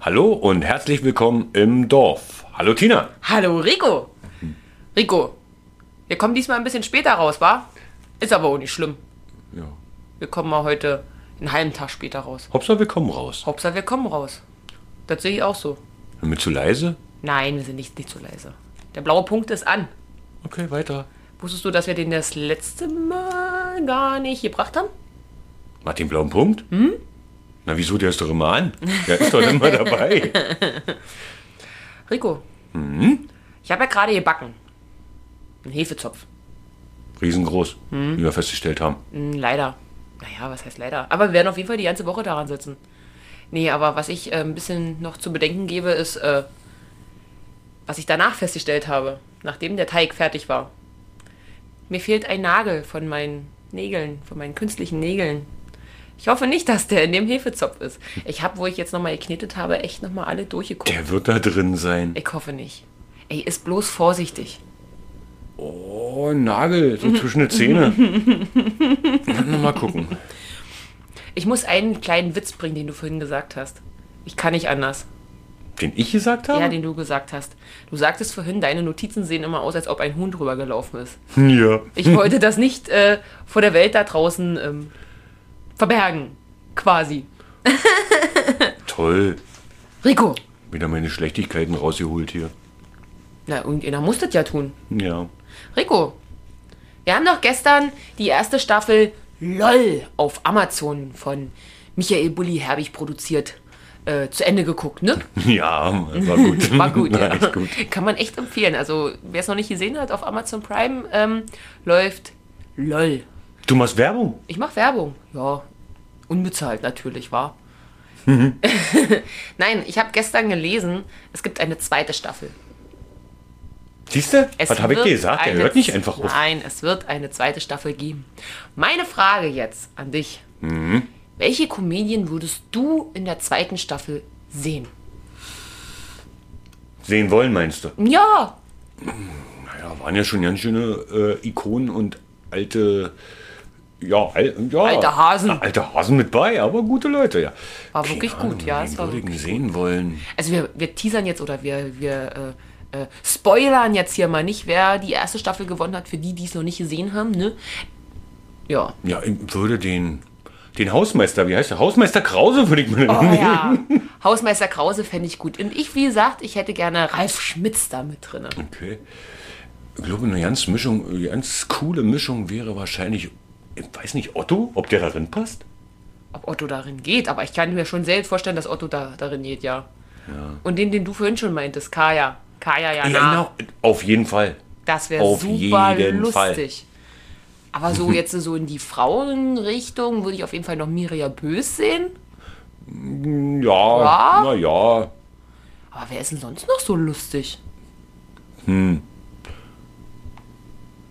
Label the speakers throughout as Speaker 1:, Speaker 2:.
Speaker 1: Hallo und herzlich willkommen im Dorf. Hallo Tina.
Speaker 2: Hallo Rico. Rico, wir kommen diesmal ein bisschen später raus, wa? Ist aber auch nicht schlimm.
Speaker 1: Ja.
Speaker 2: Wir kommen mal heute einen halben Tag später raus.
Speaker 1: Hauptsache wir kommen raus.
Speaker 2: Hauptsache wir kommen raus. Das sehe ich auch so.
Speaker 1: Sind wir zu leise?
Speaker 2: Nein, wir sind nicht, nicht zu leise. Der blaue Punkt ist an.
Speaker 1: Okay, weiter.
Speaker 2: Wusstest du, dass wir den das letzte Mal gar nicht gebracht haben?
Speaker 1: Hat den blauen Punkt? Hm? Na wieso, der ist doch immer an. Der ist doch immer dabei.
Speaker 2: Rico. Ich habe ja gerade gebacken. Ein Hefezopf.
Speaker 1: Riesengroß, wie wir festgestellt haben.
Speaker 2: Hm, leider. Naja, was heißt leider? Aber wir werden auf jeden Fall die ganze Woche daran sitzen. Nee, aber was ich äh, ein bisschen noch zu bedenken gebe, ist, äh, was ich danach festgestellt habe, nachdem der Teig fertig war. Mir fehlt ein Nagel von meinen Nägeln, von meinen künstlichen Nägeln. Ich hoffe nicht, dass der in dem Hefezopf ist. Ich habe, wo ich jetzt nochmal geknetet habe, echt nochmal alle durchgeguckt.
Speaker 1: Der wird da drin sein.
Speaker 2: Ich hoffe nicht. Ey, ist bloß vorsichtig.
Speaker 1: Oh, ein Nagel, so zwischen den Zähne. Na, Mal gucken.
Speaker 2: Ich muss einen kleinen Witz bringen, den du vorhin gesagt hast. Ich kann nicht anders.
Speaker 1: Den ich gesagt habe?
Speaker 2: Ja, den du gesagt hast. Du sagtest vorhin, deine Notizen sehen immer aus, als ob ein Huhn drüber gelaufen ist.
Speaker 1: Ja.
Speaker 2: Ich wollte das nicht äh, vor der Welt da draußen ähm, verbergen, quasi.
Speaker 1: Toll.
Speaker 2: Rico,
Speaker 1: Wieder meine Schlechtigkeiten rausgeholt hier.
Speaker 2: na irgendeiner muss das ja tun.
Speaker 1: Ja.
Speaker 2: Rico, wir haben doch gestern die erste Staffel LOL auf Amazon von Michael Bulli Herbig produziert äh, zu Ende geguckt, ne?
Speaker 1: Ja, war gut.
Speaker 2: War gut,
Speaker 1: War
Speaker 2: ja.
Speaker 1: echt gut.
Speaker 2: Kann man echt empfehlen. Also, wer es noch nicht gesehen hat, auf Amazon Prime ähm, läuft LOL.
Speaker 1: Du machst Werbung?
Speaker 2: Ich mache Werbung. Ja, unbezahlt natürlich, war.
Speaker 1: Mhm.
Speaker 2: Nein, ich habe gestern gelesen, es gibt eine zweite Staffel.
Speaker 1: Siehst du?
Speaker 2: Es
Speaker 1: Was habe ich
Speaker 2: wird
Speaker 1: dir gesagt? Der
Speaker 2: eine-
Speaker 1: hört nicht einfach auf.
Speaker 2: Nein, es wird eine zweite Staffel geben. Meine Frage jetzt an dich.
Speaker 1: Mhm.
Speaker 2: Welche Comedian würdest du in der zweiten Staffel sehen?
Speaker 1: Sehen wollen, meinst du?
Speaker 2: Ja,
Speaker 1: Ja, waren ja schon ganz schöne äh, Ikonen und alte. Ja, al, ja,
Speaker 2: Alte Hasen.
Speaker 1: Na, Alte Hasen mit bei, aber gute Leute, ja.
Speaker 2: War wirklich
Speaker 1: Keine
Speaker 2: gut, ja,
Speaker 1: wen
Speaker 2: es war
Speaker 1: würde ich denn sehen wollen.
Speaker 2: also wir, wir teasern jetzt oder wir, wir äh, äh, spoilern jetzt hier mal nicht, wer die erste Staffel gewonnen hat, für die, die es noch nicht gesehen haben, ne? Ja.
Speaker 1: Ja, ich würde den. Den Hausmeister, wie heißt der? Hausmeister Krause würde ich mir
Speaker 2: Oh
Speaker 1: Ah,
Speaker 2: ja. Hausmeister Krause fände ich gut. Und ich, wie gesagt, ich hätte gerne Ralf Schmitz da mit drin.
Speaker 1: Okay. Ich glaube, eine ganz, Mischung, eine ganz coole Mischung wäre wahrscheinlich, ich weiß nicht, Otto, ob der da drin passt?
Speaker 2: Ob Otto darin geht, aber ich kann mir schon selbst vorstellen, dass Otto da, darin geht, ja. Und den, den du vorhin schon meintest, Kaya. Kaya Jana.
Speaker 1: genau. Auf jeden Fall.
Speaker 2: Das wäre
Speaker 1: Auf
Speaker 2: super
Speaker 1: jeden Fall.
Speaker 2: lustig. Aber so jetzt so in die Frauenrichtung würde ich auf jeden Fall noch Miria Bös sehen.
Speaker 1: Ja, na ja.
Speaker 2: Aber wer ist denn sonst noch so lustig? Hm.
Speaker 1: Hm.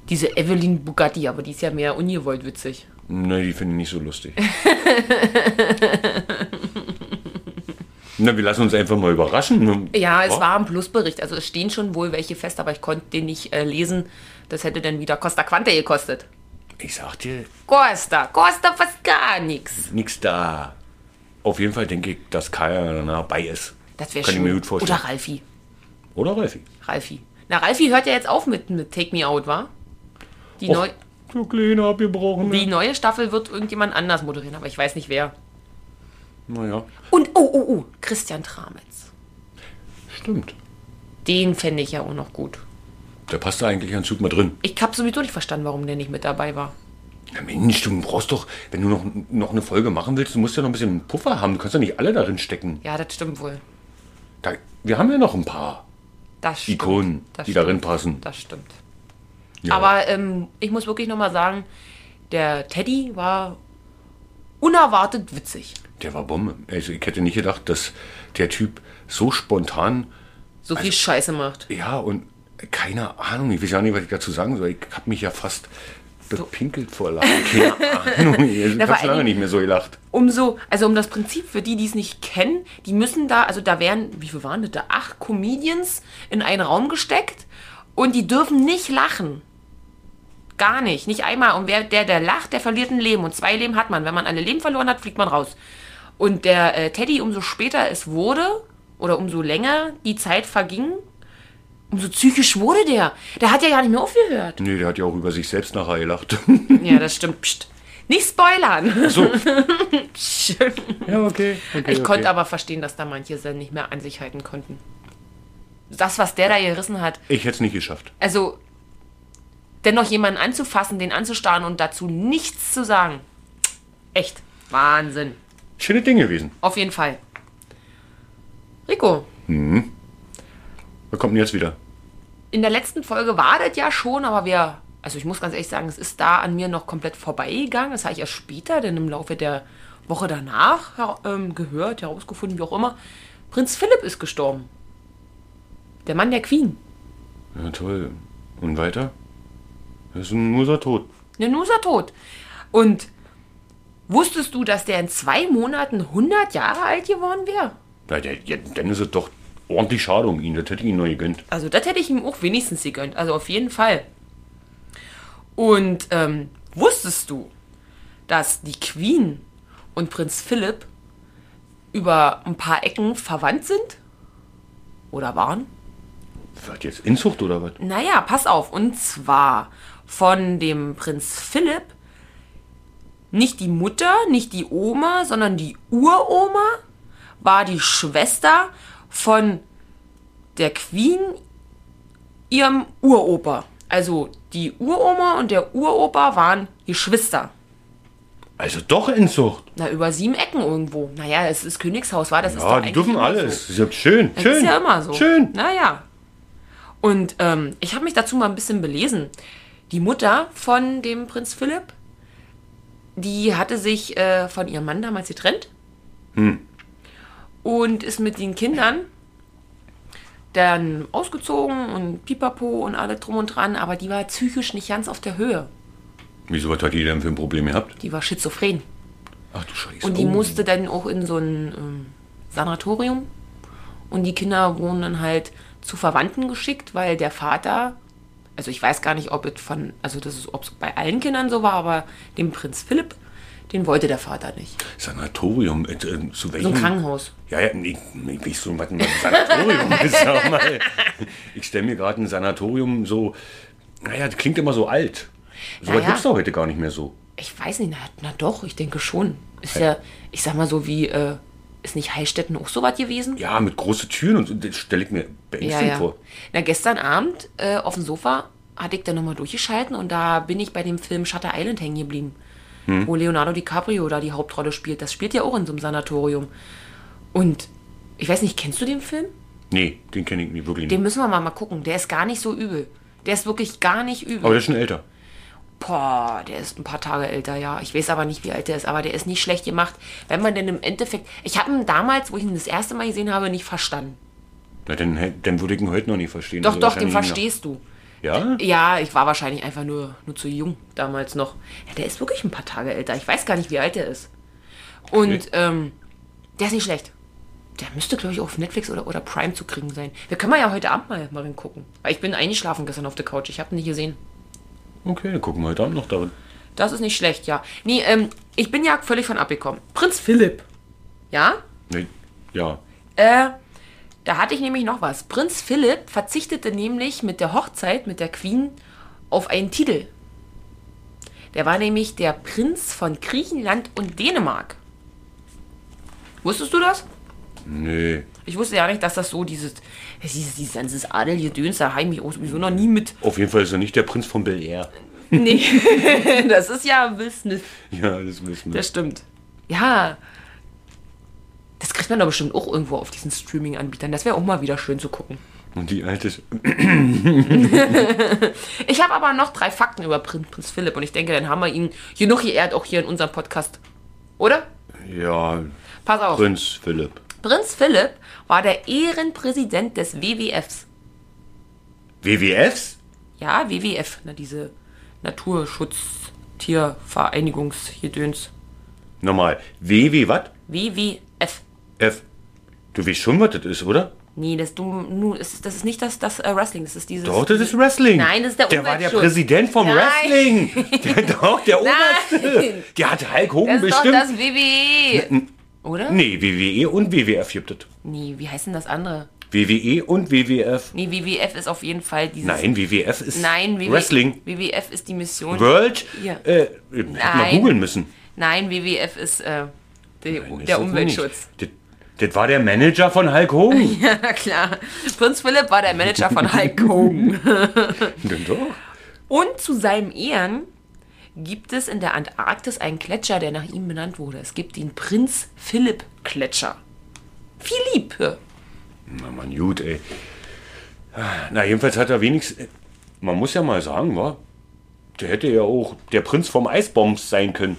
Speaker 2: Diese Evelyn Bugatti, aber die ist ja mehr ungewollt witzig.
Speaker 1: Ne, die finde ich nicht so lustig. Na, wir lassen uns einfach mal überraschen.
Speaker 2: Ja, es
Speaker 1: Oh,
Speaker 2: war ein Plusbericht. Also es stehen schon wohl welche fest, aber ich konnte den nicht äh, lesen. Das hätte dann wieder Costa Quante gekostet.
Speaker 1: Ich sag dir,
Speaker 2: Costa, Costa fast gar nichts.
Speaker 1: nix da. Auf jeden Fall denke ich, dass Kaya danach bei ist.
Speaker 2: Das wäre
Speaker 1: Kann
Speaker 2: schön.
Speaker 1: ich mir gut vorstellen.
Speaker 2: Oder Ralfi.
Speaker 1: Oder, Ralfi.
Speaker 2: Ralfi. Na, Ralfi hört ja jetzt auf mit, mit Take Me Out, wa? Die,
Speaker 1: Och,
Speaker 2: neu,
Speaker 1: so klein abgebrochen. ne?
Speaker 2: die neue Staffel wird irgendjemand anders moderieren, aber ich weiß nicht wer.
Speaker 1: Naja,
Speaker 2: Und, oh, oh, oh, Christian Tramitz.
Speaker 1: stimmt.
Speaker 2: Den fände ich ja auch noch gut.
Speaker 1: Der passt da eigentlich ganz gut mal drin.
Speaker 2: Ich habe sowieso nicht verstanden, warum der nicht mit dabei war.
Speaker 1: Ja, Mensch, du brauchst doch, wenn du noch, noch eine Folge machen willst, du musst ja noch ein bisschen Puffer haben. Du kannst ja nicht alle darin stecken.
Speaker 2: Ja, das stimmt wohl.
Speaker 1: Da, wir haben ja noch ein paar
Speaker 2: Das stimmt.
Speaker 1: Ikonen,
Speaker 2: Das
Speaker 1: die
Speaker 2: stimmt.
Speaker 1: darin passen.
Speaker 2: Das stimmt.
Speaker 1: Ja.
Speaker 2: Aber ähm, ich muss wirklich nochmal sagen, der Teddy war unerwartet witzig.
Speaker 1: Der war Bombe. Also ich hätte nicht gedacht, dass der Typ so spontan,
Speaker 2: So viel Scheiße macht.
Speaker 1: ja und keine Ahnung, ich weiß ja nicht, was ich dazu sagen soll. Ich habe mich ja fast bepinkelt vor Lachen. Keine Ahnung, ich
Speaker 2: vor
Speaker 1: habe lange
Speaker 2: allem-
Speaker 1: nicht mehr so gelacht.
Speaker 2: Umso, also um das Prinzip für die, die es nicht kennen, die müssen da, also da werden, wie viel waren das da? Acht Comedians in einen Raum gesteckt und die dürfen nicht lachen. Gar nicht, nicht einmal. Und wer, der, der lacht, der verliert ein Leben. Und zwei Leben hat man. Wenn man alle Leben verloren hat, fliegt man raus. Und der äh, Teddy, umso später es wurde, oder umso länger die Zeit verging, umso psychisch wurde der. Der hat ja gar nicht mehr aufgehört.
Speaker 1: Nee, der hat ja auch über sich selbst nachher gelacht.
Speaker 2: Ja, das stimmt. Psst. Nicht spoilern.
Speaker 1: so.
Speaker 2: Psst.
Speaker 1: Ja, okay. okay
Speaker 2: Ich
Speaker 1: okay.
Speaker 2: konnte aber verstehen, dass da manche dann nicht mehr an sich halten konnten. Das, was der da gerissen hat,
Speaker 1: Ich hätte es nicht geschafft.
Speaker 2: also dennoch jemanden anzufassen, den anzustarren und dazu nichts zu sagen. Echt. Wahnsinn.
Speaker 1: Schöne Dinge gewesen.
Speaker 2: Auf jeden Fall. Rico,
Speaker 1: Wir kommen jetzt wieder.
Speaker 2: in der letzten Folge war das ja schon, aber wir, also ich muss ganz ehrlich sagen, es ist da an mir noch komplett vorbeigegangen. Das habe ich erst später, denn im Laufe der Woche danach her- ähm, gehört, herausgefunden, wie auch immer. Prinz Philipp ist gestorben. Der Mann der Queen.
Speaker 1: Ja, toll. Und weiter? Das ist ein loser Tod.
Speaker 2: Ja, nun ist er tot. Und wusstest du, dass der in zwei Monaten 100 Jahre alt geworden wäre?
Speaker 1: Na, der, ja, dann ist es doch ordentlich schade um ihn. Das hätte ich ihn noch gegönnt.
Speaker 2: Also das hätte ich ihm auch wenigstens gegönnt. Also auf jeden Fall. Und ähm, wusstest du, dass die Queen und Prinz Philipp über ein paar Ecken verwandt sind? Oder waren?
Speaker 1: Was jetzt? Inzucht oder was?
Speaker 2: Naja, pass auf. Und zwar von dem Prinz Philipp nicht die Mutter, nicht die Oma, sondern die Uroma war die Schwester von der Queen, ihrem Uropa. Also die Uroma und der Uropa waren Geschwister.
Speaker 1: Also doch Inzucht.
Speaker 2: Na, über sieben Ecken irgendwo. Naja, es ist Königshaus, war das? ist doch
Speaker 1: Ja, die
Speaker 2: eigentlich
Speaker 1: dürfen
Speaker 2: immer so.
Speaker 1: alles. Ist ja schön, schön.
Speaker 2: Das ist ja immer so.
Speaker 1: Schön.
Speaker 2: Naja. Und ähm, ich habe mich dazu mal ein bisschen belesen. Die Mutter von dem Prinz Philipp, die hatte sich äh, von ihrem Mann damals getrennt.
Speaker 1: Hm.
Speaker 2: Und ist mit den Kindern dann ausgezogen und pipapo und alles drum und dran. Aber die war psychisch nicht ganz auf der Höhe.
Speaker 1: Wieso, was hat die denn für ein Problem gehabt?
Speaker 2: Die war schizophren.
Speaker 1: Ach du Scheiße.
Speaker 2: Und die
Speaker 1: Oh.
Speaker 2: musste dann auch in so ein ähm, Sanatorium. Und die Kinder wurden dann halt zu Verwandten geschickt, weil der Vater, also ich weiß gar nicht, ob es von, also das ist, ob es bei allen Kindern so war, aber dem Prinz Philipp, den wollte der Vater nicht.
Speaker 1: Sanatorium, äh, äh, zu
Speaker 2: So
Speaker 1: welchem?
Speaker 2: ein Krankenhaus.
Speaker 1: Ja, ja, ich, ich weiß so, was ein Sanatorium ist. Sag mal. Ich stelle mir gerade ein Sanatorium so, naja, das klingt immer so alt. So weit
Speaker 2: Naja.
Speaker 1: gibt es doch heute gar nicht mehr so.
Speaker 2: Ich weiß nicht, na, na doch, ich denke schon. Ist ja, ich sag mal so wie, äh, ist nicht Heilstätten auch so was gewesen?
Speaker 1: Ja, mit großen Türen und so, das stelle ich mir beängstigend vor.
Speaker 2: Na, gestern Abend äh, auf dem Sofa hatte ich dann nochmal durchgeschalten und da bin ich bei dem Film Shutter Island hängen geblieben,
Speaker 1: Hm.
Speaker 2: wo Leonardo DiCaprio da die Hauptrolle spielt. Das spielt ja auch in so einem Sanatorium. Und ich weiß nicht, kennst du den Film?
Speaker 1: Nee, den kenne ich nie, wirklich nicht.
Speaker 2: Den müssen wir mal, mal gucken. Der ist gar nicht so übel. Der ist wirklich gar nicht übel.
Speaker 1: Aber der ist schon älter.
Speaker 2: Boah, der ist ein paar Tage älter, ja. Ich weiß aber nicht, wie alt der ist, aber der ist nicht schlecht gemacht. Wenn man denn im Endeffekt. Ich habe ihn damals, wo ich ihn das erste Mal gesehen habe, nicht verstanden.
Speaker 1: Na, dann, hätt- dann würde ich ihn heute noch nicht verstehen.
Speaker 2: Doch,
Speaker 1: Also
Speaker 2: doch, den
Speaker 1: wahrscheinlich
Speaker 2: verstehst du.
Speaker 1: nach- Ja?
Speaker 2: Ja, ich war wahrscheinlich einfach nur, nur zu jung damals noch. Ja, der ist wirklich ein paar Tage älter. Ich weiß gar nicht, wie alt der ist. Und
Speaker 1: Okay.
Speaker 2: ähm, der ist nicht schlecht. Der müsste, glaube ich, auch auf Netflix oder, oder Prime zu kriegen sein. Wir können mal ja heute Abend mal, mal gucken. Weil ich bin eingeschlafen gestern auf der Couch. Ich habe ihn nicht gesehen.
Speaker 1: Okay, dann gucken wir heute Abend noch darin.
Speaker 2: Das ist nicht schlecht, ja. Nee, ähm, ich bin ja völlig von abgekommen. Prinz Philipp. Ja?
Speaker 1: Nee, ja.
Speaker 2: Äh, da hatte ich nämlich noch was. Prinz Philipp verzichtete nämlich mit der Hochzeit mit der Queen auf einen Titel. Der war nämlich der Prinz von Griechenland und Dänemark. Wusstest du das?
Speaker 1: Nee.
Speaker 2: Ich wusste ja nicht, dass das so dieses, dieses, dieses, dieses Adelgedöns, da habe ich mich auch sowieso noch nie mit.
Speaker 1: Auf jeden Fall ist er nicht der Prinz von Bel Air.
Speaker 2: Nee, das ist ja Will Smith.
Speaker 1: Ja, das wissen wir.
Speaker 2: Das stimmt. Ja. Das kriegt man doch bestimmt auch irgendwo auf diesen Streaming-Anbietern. Das wäre auch mal wieder schön zu gucken.
Speaker 1: Und die alte. ist-
Speaker 2: Ich habe aber noch drei Fakten über Prin- Prinz Philipp und ich denke, dann haben wir ihn genug geehrt, auch hier in unserem Podcast. Oder?
Speaker 1: Ja,
Speaker 2: Pass auf. Prinz,
Speaker 1: Prinz Philipp.
Speaker 2: Philipp war der Ehrenpräsident des WWFs.
Speaker 1: WWFs?
Speaker 2: Ja, WWF, na, ne, diese Naturschutztiervereinigungsgedöns.
Speaker 1: Nochmal. WW was?
Speaker 2: WWF.
Speaker 1: F. Du weißt schon, was das ist, oder?
Speaker 2: Nee, das, du, nu, das, ist, das ist nicht das, das äh, Wrestling, das ist dieses.
Speaker 1: Doch, das ist Wrestling.
Speaker 2: Nein, das ist der
Speaker 1: Der war der
Speaker 2: Umweltschutz.
Speaker 1: Präsident vom
Speaker 2: Nein.
Speaker 1: Wrestling. Der, doch, der
Speaker 2: Nein.
Speaker 1: Oberste. Der hat Hulk Hogan
Speaker 2: Das E. ist doch
Speaker 1: bestimmt.
Speaker 2: das WWE. Oder?
Speaker 1: Nee, WWE und WWF gibt es.
Speaker 2: Nee, wie heißt denn das andere?
Speaker 1: WWE und WWF.
Speaker 2: Nee, WWF ist auf jeden Fall dieses.
Speaker 1: Nein, WWF ist
Speaker 2: Nein, WW
Speaker 1: Wrestling.
Speaker 2: WWF ist die Mission.
Speaker 1: World?
Speaker 2: Ja.
Speaker 1: Äh, hätte mal
Speaker 2: Nein.
Speaker 1: googeln müssen.
Speaker 2: Nein, WWF ist äh, der,
Speaker 1: Nein, ist das
Speaker 2: der
Speaker 1: wohl
Speaker 2: Umweltschutz.
Speaker 1: nicht. Das, das war der Manager von Hulk Hogan.
Speaker 2: Na klar. Prinz Philipp war der Manager von Hulk Hogan.
Speaker 1: Denn doch.
Speaker 2: Und zu seinem Ehren gibt es in der Antarktis einen Gletscher, der nach ihm benannt wurde. Es gibt den Prinz Philipp Gletscher. Philippe.
Speaker 1: Na man, gut, ey. Na, jedenfalls hat er wenigstens. Man muss ja mal sagen, wa? Der hätte ja auch der Prinz vom Eisbombs sein können.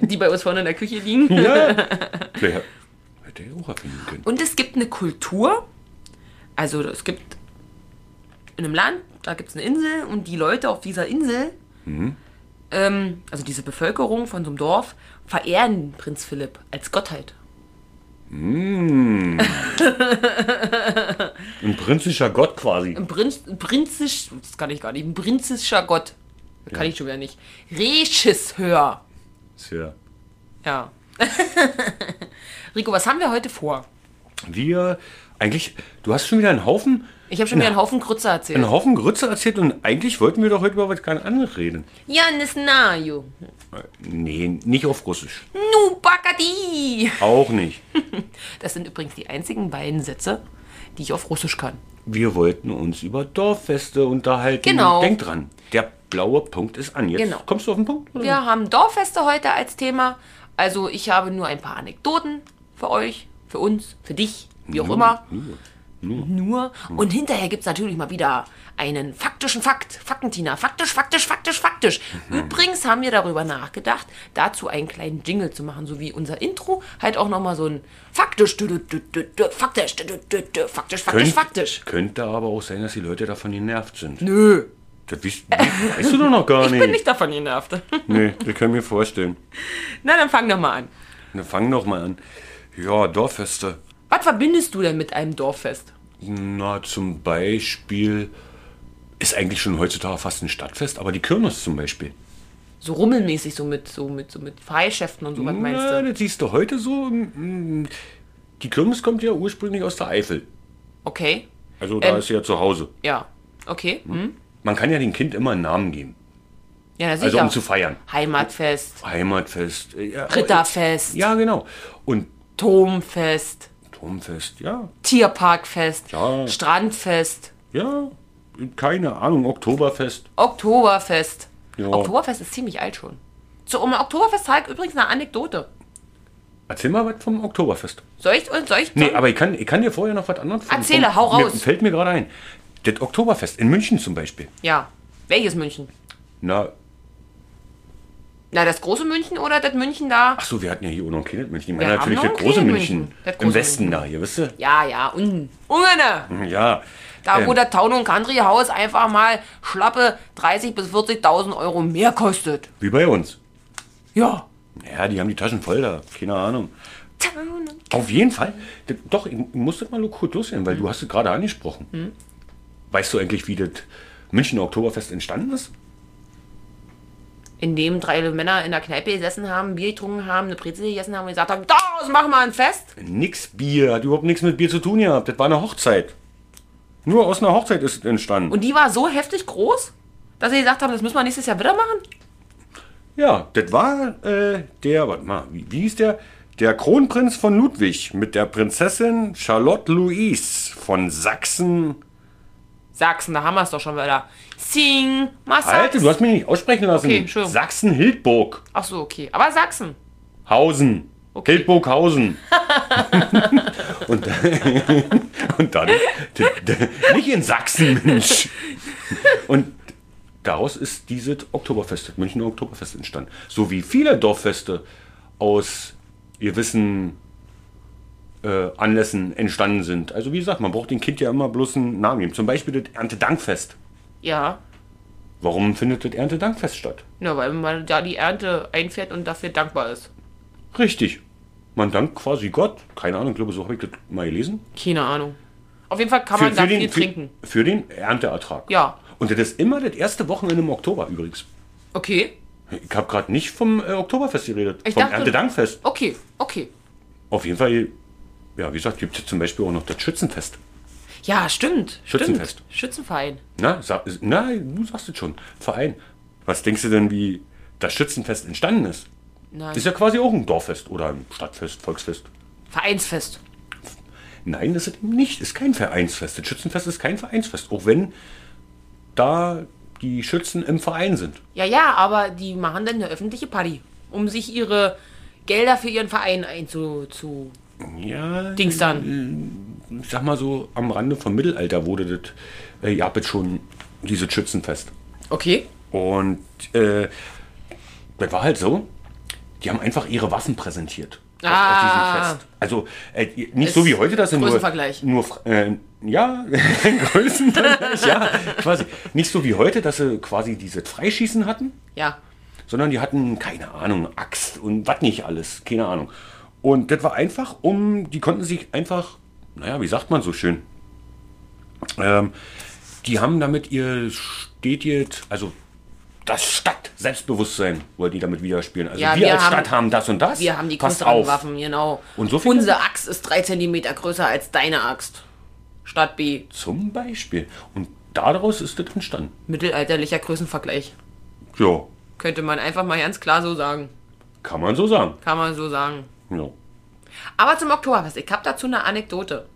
Speaker 2: die bei uns vorne in der Küche liegen.
Speaker 1: Ja. Wer- hätte er auch erfinden können.
Speaker 2: Und es gibt eine Kultur, also es gibt in einem Land, da gibt es eine Insel und die Leute auf dieser Insel, ähm, also diese Bevölkerung von so einem Dorf, verehren Prinz Philipp als Gottheit.
Speaker 1: Ein prinzlicher Gott quasi.
Speaker 2: Ein, Prinz, ein prinzisch, das kann ich gar nicht, ein prinzischer Gott. Das kann ich schon wieder nicht. Regisseur.
Speaker 1: Tja.
Speaker 2: Ja. Rico, was haben wir heute vor?
Speaker 1: Wir. Eigentlich, du hast schon wieder einen Haufen,
Speaker 2: Ich habe schon wieder einen Haufen Krutze
Speaker 1: einen
Speaker 2: erzählt.
Speaker 1: Haufen Grütze erzählt und eigentlich wollten wir doch heute über was ganz anderes reden.
Speaker 2: Janis Naju.
Speaker 1: Nee, nicht auf Russisch.
Speaker 2: Nu Bakadi.
Speaker 1: Auch nicht.
Speaker 2: Das sind übrigens die einzigen beiden Sätze, die ich auf Russisch kann.
Speaker 1: Wir wollten uns über Dorffeste unterhalten.
Speaker 2: Genau.
Speaker 1: Denk dran, der blaue Punkt ist an. Jetzt
Speaker 2: Genau.
Speaker 1: kommst du auf den Punkt? Oder?
Speaker 2: Wir haben Dorffeste heute als Thema. Also ich habe nur ein paar Anekdoten für euch, für uns, für dich, wie auch immer. Nur. Und hinterher gibt es natürlich mal wieder einen faktischen Fakt. Faktentina. Faktisch, faktisch, faktisch, faktisch. Übrigens haben wir darüber nachgedacht, dazu einen kleinen Jingle zu machen, so wie unser Intro. Halt auch nochmal so ein faktisch, dü- dü- dü- dü- dü- faktisch, dü- dü- dü- dü- faktisch, faktisch,
Speaker 1: Könnt-
Speaker 2: faktisch.
Speaker 1: Könnte aber auch sein, dass die Leute davon genervt sind.
Speaker 2: Nö.
Speaker 1: Das weißt, weißt du doch noch gar
Speaker 2: Ich
Speaker 1: nicht.
Speaker 2: bin nicht davon genervt.
Speaker 1: Nee, wir können mir vorstellen.
Speaker 2: Na, dann fang doch mal an.
Speaker 1: Wir fangen doch mal an. Ja, Dorffeste.
Speaker 2: Was verbindest du denn mit einem Dorffest?
Speaker 1: Na, zum Beispiel ist eigentlich schon heutzutage fast ein Stadtfest, aber die Kirmes zum Beispiel.
Speaker 2: So rummelmäßig, so mit, so mit, so mit Freischäften und so, was meinst
Speaker 1: Na,
Speaker 2: du?
Speaker 1: das siehst du heute so. mm, mm, Die Kirmes kommt ja ursprünglich aus der Eifel.
Speaker 2: Okay,
Speaker 1: Also da
Speaker 2: Ähm.
Speaker 1: ist sie ja zu Hause.
Speaker 2: ja. Okay, hm?
Speaker 1: Man kann ja dem Kind immer einen Namen geben.
Speaker 2: Ja, na sicher.
Speaker 1: Also um zu feiern.
Speaker 2: Heimatfest,
Speaker 1: Heimatfest. äh, Ja,
Speaker 2: Ritterfest,
Speaker 1: Ja, genau. Und
Speaker 2: Turmfest,
Speaker 1: Turmfest, ja.
Speaker 2: Tierparkfest,
Speaker 1: Ja.
Speaker 2: Strandfest,
Speaker 1: Ja, keine Ahnung, Oktoberfest.
Speaker 2: Oktoberfest.
Speaker 1: Ja.
Speaker 2: Oktoberfest ist ziemlich alt schon. Zu um Oktoberfest zeigt übrigens eine Anekdote.
Speaker 1: Erzähl mal was vom Oktoberfest.
Speaker 2: Soll ich, soll ich
Speaker 1: Nee, aber ich kann, ich kann dir vorher noch was anderes vom-
Speaker 2: Erzähle,
Speaker 1: vom-
Speaker 2: hau
Speaker 1: mir-
Speaker 2: raus.
Speaker 1: Fällt mir gerade ein. Das Oktoberfest in München zum Beispiel.
Speaker 2: Ja. Welches München?
Speaker 1: Na,
Speaker 2: Na, das große München oder das München da?
Speaker 1: ach so, wir hatten ja hier auch noch ein kleines München. Ich meine
Speaker 2: Wir
Speaker 1: natürlich
Speaker 2: haben
Speaker 1: das
Speaker 2: noch ein
Speaker 1: große
Speaker 2: kleines
Speaker 1: München.
Speaker 2: München. Das
Speaker 1: Im
Speaker 2: große
Speaker 1: Westen da, hier, wisst ihr?
Speaker 2: Ja, ja, Unten. Ungerne.
Speaker 1: Ja.
Speaker 2: Da, wo
Speaker 1: Ähm,
Speaker 2: der Town- und Country-Haus einfach mal schlappe 30.000 bis 40.000 Euro mehr kostet.
Speaker 1: wie bei uns.
Speaker 2: Ja.
Speaker 1: Ja, die haben die Taschen voll da. Keine Ahnung.
Speaker 2: Town und-
Speaker 1: Auf jeden Fall. D- Doch, ich muss das mal nur kurz loswerden,
Speaker 2: Mhm.
Speaker 1: weil du hast es gerade angesprochen. Weißt du eigentlich, wie das Münchner Oktoberfest entstanden ist?
Speaker 2: In dem drei Männer in der Kneipe gesessen haben, Bier getrunken haben, eine Brezel gegessen haben und gesagt haben, daraus machen wir ein Fest.
Speaker 1: Nix Bier, hat überhaupt nichts mit Bier zu tun gehabt. Das war eine Hochzeit. Nur aus einer Hochzeit ist es entstanden.
Speaker 2: Und die war so heftig groß, dass sie gesagt haben, das müssen wir nächstes Jahr wieder machen.
Speaker 1: ja, das war äh, der, warte mal, wie, wie hieß der? Der Kronprinz von Ludwig mit der Prinzessin Charlotte Louise von Sachsen.
Speaker 2: Sachsen, da haben wir es doch schon wieder. Sing, mal
Speaker 1: Alter,
Speaker 2: Sachsen.
Speaker 1: du hast mich nicht aussprechen lassen.
Speaker 2: Okay, Entschuldigung.
Speaker 1: Sachsen-Hildburg.
Speaker 2: Ach so, okay. Aber Sachsen.
Speaker 1: Hausen. Hildburghausen. und, und dann d- d- nicht in Sachsen, Mensch. Und daraus ist dieses Oktoberfest, das Münchner Oktoberfest entstanden. So wie viele Dorffeste aus gewissen äh, Anlässen entstanden sind. Also wie gesagt, man braucht dem Kind ja immer bloß einen Namen geben. Zum Beispiel das Erntedankfest.
Speaker 2: Ja.
Speaker 1: Warum findet das Erntedankfest statt?
Speaker 2: Na, weil man da die Ernte einfährt und dafür dankbar ist.
Speaker 1: Richtig. Man dankt quasi Gott. Keine Ahnung, ich glaube, so habe ich das mal gelesen.
Speaker 2: Keine Ahnung. Auf jeden Fall kann man da viel trinken.
Speaker 1: Für, für den Ernteertrag.
Speaker 2: Ja.
Speaker 1: Und das ist immer das erste Wochenende im Oktober übrigens.
Speaker 2: Okay.
Speaker 1: Ich habe gerade nicht vom äh, Oktoberfest geredet,
Speaker 2: Ich
Speaker 1: vom
Speaker 2: dachte-
Speaker 1: Erntedankfest.
Speaker 2: Okay, okay.
Speaker 1: Auf jeden Fall, ja, wie gesagt, gibt es zum Beispiel auch noch das Schützenfest.
Speaker 2: Ja, stimmt.
Speaker 1: Schützenfest.
Speaker 2: Stimmt. Schützenverein.
Speaker 1: Na, sa- na, du sagst es schon, Verein. Was denkst du denn, wie das Schützenfest entstanden ist?
Speaker 2: Nein.
Speaker 1: Ist ja quasi auch ein Dorffest oder ein Stadtfest, Volksfest.
Speaker 2: Vereinsfest.
Speaker 1: Nein, das ist eben nicht. Ist kein Vereinsfest. Das Schützenfest ist kein Vereinsfest, auch wenn da die Schützen im Verein sind.
Speaker 2: Ja, ja, aber die machen dann eine öffentliche Party, um sich ihre Gelder für ihren Verein einzu. Zu
Speaker 1: Ja,
Speaker 2: Dings
Speaker 1: Äh,
Speaker 2: dann.
Speaker 1: ich sag mal so, am Rande vom Mittelalter wurde das, äh, ihr habt jetzt schon dieses Schützenfest.
Speaker 2: Okay.
Speaker 1: Und äh, das war halt so, die haben einfach ihre Waffen präsentiert. auf-
Speaker 2: Ah.
Speaker 1: Auf diesem Fest. Also äh, nicht so wie heute, dass sie nur.
Speaker 2: Größenvergleich.
Speaker 1: Nur, Fra- äh, ja, Größenvergleich, ja, quasi. Nicht so wie heute, dass sie quasi dieses Freischießen hatten,
Speaker 2: Ja.
Speaker 1: sondern die hatten, keine Ahnung, Axt und was nicht alles, keine Ahnung. Und das war einfach um, die konnten sich einfach, naja, wie sagt man so schön, ähm, die haben damit ihr Städtet, also das Stadt-Selbstbewusstsein wollten die damit widerspielen. Also
Speaker 2: Ja,
Speaker 1: wir,
Speaker 2: wir
Speaker 1: als
Speaker 2: haben-
Speaker 1: Stadt haben das und das.
Speaker 2: Wir haben die
Speaker 1: Passt
Speaker 2: größeren
Speaker 1: auf.
Speaker 2: Waffen, genau.
Speaker 1: Und so viele-
Speaker 2: Unsere Axt ist 3 cm größer als deine Axt. Stadt B.
Speaker 1: Zum Beispiel. Und daraus ist das entstanden.
Speaker 2: Mittelalterlicher Größenvergleich.
Speaker 1: Ja,
Speaker 2: Könnte man einfach mal ganz klar so sagen.
Speaker 1: kann man so sagen.
Speaker 2: Kann man so sagen.
Speaker 1: Ja.
Speaker 2: Aber zum Oktoberfest. Ich habe dazu eine Anekdote.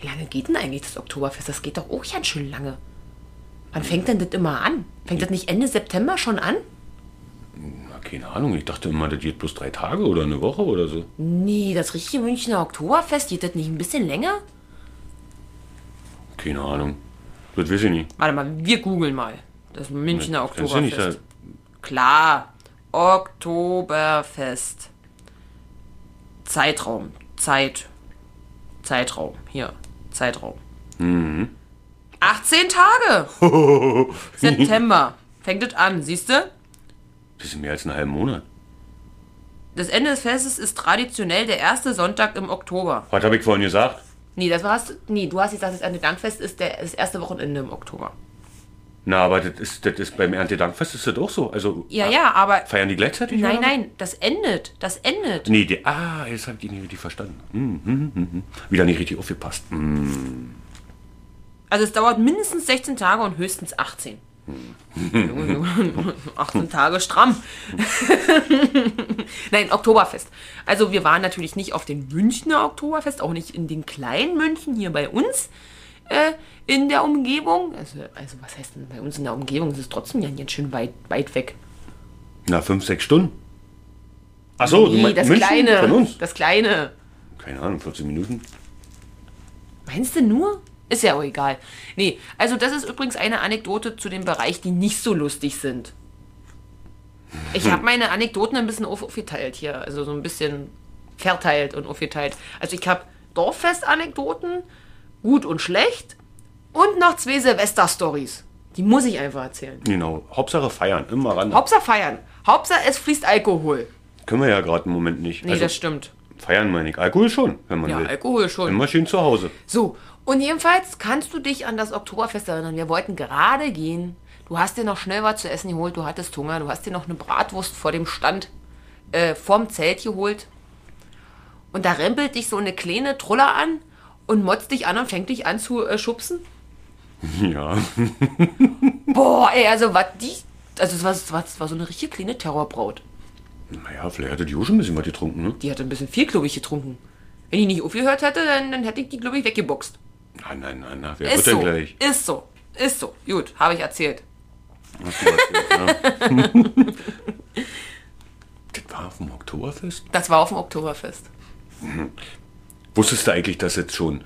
Speaker 2: Wie lange geht denn eigentlich das Oktoberfest? Das geht doch auch ganz schön lange. Wann fängt denn das immer an? Fängt das nicht Ende September schon an?
Speaker 1: Na, keine Ahnung, ich dachte immer, das geht bloß drei Tage oder eine Woche oder so.
Speaker 2: Nee, das richtige Münchner Oktoberfest geht das nicht ein bisschen länger?
Speaker 1: Keine Ahnung. Das weiß ich nicht.
Speaker 2: Warte mal, wir googeln mal. Das Münchner
Speaker 1: Kannst du nicht
Speaker 2: Oktoberfest.
Speaker 1: sagen.
Speaker 2: Klar. Oktoberfest. Zeitraum. Zeit. Zeitraum. Hier. Zeitraum.
Speaker 1: Mhm.
Speaker 2: 18 Tage. September. Fängt es an, siehst du?
Speaker 1: Das ist mehr als einen halben Monat.
Speaker 2: Das Ende des Festes ist traditionell der erste Sonntag im Oktober.
Speaker 1: Was habe ich vorhin gesagt?
Speaker 2: Nee, das warst, nee du hast gesagt, das Erntedankfest ist der, das erste Wochenende im Oktober.
Speaker 1: Na, aber das ist, das ist beim Erntedankfest ist das auch so. Also,
Speaker 2: Ja, ja, aber.
Speaker 1: Feiern die gleichzeitig?
Speaker 2: Nein,
Speaker 1: oder was?
Speaker 2: nein, das endet. Das endet.
Speaker 1: Nee, die, ah, jetzt habe ich die nicht richtig verstanden. Hm, hm, hm, hm. Wieder nicht richtig aufgepasst. Hm.
Speaker 2: Also es dauert mindestens 16 Tage und höchstens 18. Junge,
Speaker 1: Hm.
Speaker 2: Junge, 18 Tage stramm. Nein, Oktoberfest. Also wir waren natürlich nicht auf dem Münchner Oktoberfest, auch nicht in den kleinen München hier bei uns äh, in der Umgebung. Also, also was heißt denn bei uns in der Umgebung? Es ist trotzdem ja ganz schön weit, weit weg.
Speaker 1: Na, fünf, sechs Stunden. Ach so, du
Speaker 2: Nee,
Speaker 1: meinst
Speaker 2: das
Speaker 1: Also München
Speaker 2: kleine.
Speaker 1: von uns?
Speaker 2: Das kleine.
Speaker 1: Keine Ahnung, 14 Minuten.
Speaker 2: Meinst du nur? Ist ja auch egal. Nee, also das ist übrigens eine Anekdote zu dem Bereich, die nicht so lustig sind. Ich
Speaker 1: Hm.
Speaker 2: habe meine Anekdoten ein bisschen auf, aufgeteilt hier, also so ein bisschen verteilt und aufgeteilt. Also ich habe Dorffest-Anekdoten, gut und schlecht, und noch zwei Silvester-Stories. Die muss ich einfach erzählen.
Speaker 1: Genau. Hauptsache feiern, immer ran.
Speaker 2: Hauptsache feiern. Hauptsache es fließt Alkohol.
Speaker 1: Können wir ja gerade im Moment nicht.
Speaker 2: Nee,
Speaker 1: also,
Speaker 2: das stimmt.
Speaker 1: feiern meine ich. Alkohol schon, wenn man
Speaker 2: Ja,
Speaker 1: will.
Speaker 2: Alkohol schon.
Speaker 1: Immer schön zu Hause.
Speaker 2: So, und jedenfalls kannst du dich an das Oktoberfest erinnern. Wir wollten gerade gehen. Du hast dir noch schnell was zu essen geholt, du hattest Hunger, du hast dir noch eine Bratwurst vor dem Stand, äh, vorm Zelt geholt. Und da rempelt dich so eine kleine Truller an und motzt dich an und fängt dich an zu äh, schubsen.
Speaker 1: Ja.
Speaker 2: Boah, ey, also was die. Also es war, es war, es war so eine richtige kleine Terrorbraut.
Speaker 1: Naja, vielleicht hatte die auch schon ein bisschen was getrunken, ne?
Speaker 2: Die hatte ein bisschen viel, glaube ich, getrunken. Wenn die nicht aufgehört hätte, dann, dann hätte ich die, glaube ich, weggeboxt.
Speaker 1: Nein, nein, nein, nein. Wer wird
Speaker 2: Ist
Speaker 1: denn
Speaker 2: so.
Speaker 1: gleich?
Speaker 2: Ist so. Ist so. Gut, habe ich erzählt.
Speaker 1: Hast du was gehört? Ja. das war auf dem Oktoberfest?
Speaker 2: Das war auf dem Oktoberfest.
Speaker 1: Wusstest du eigentlich, dass jetzt schon,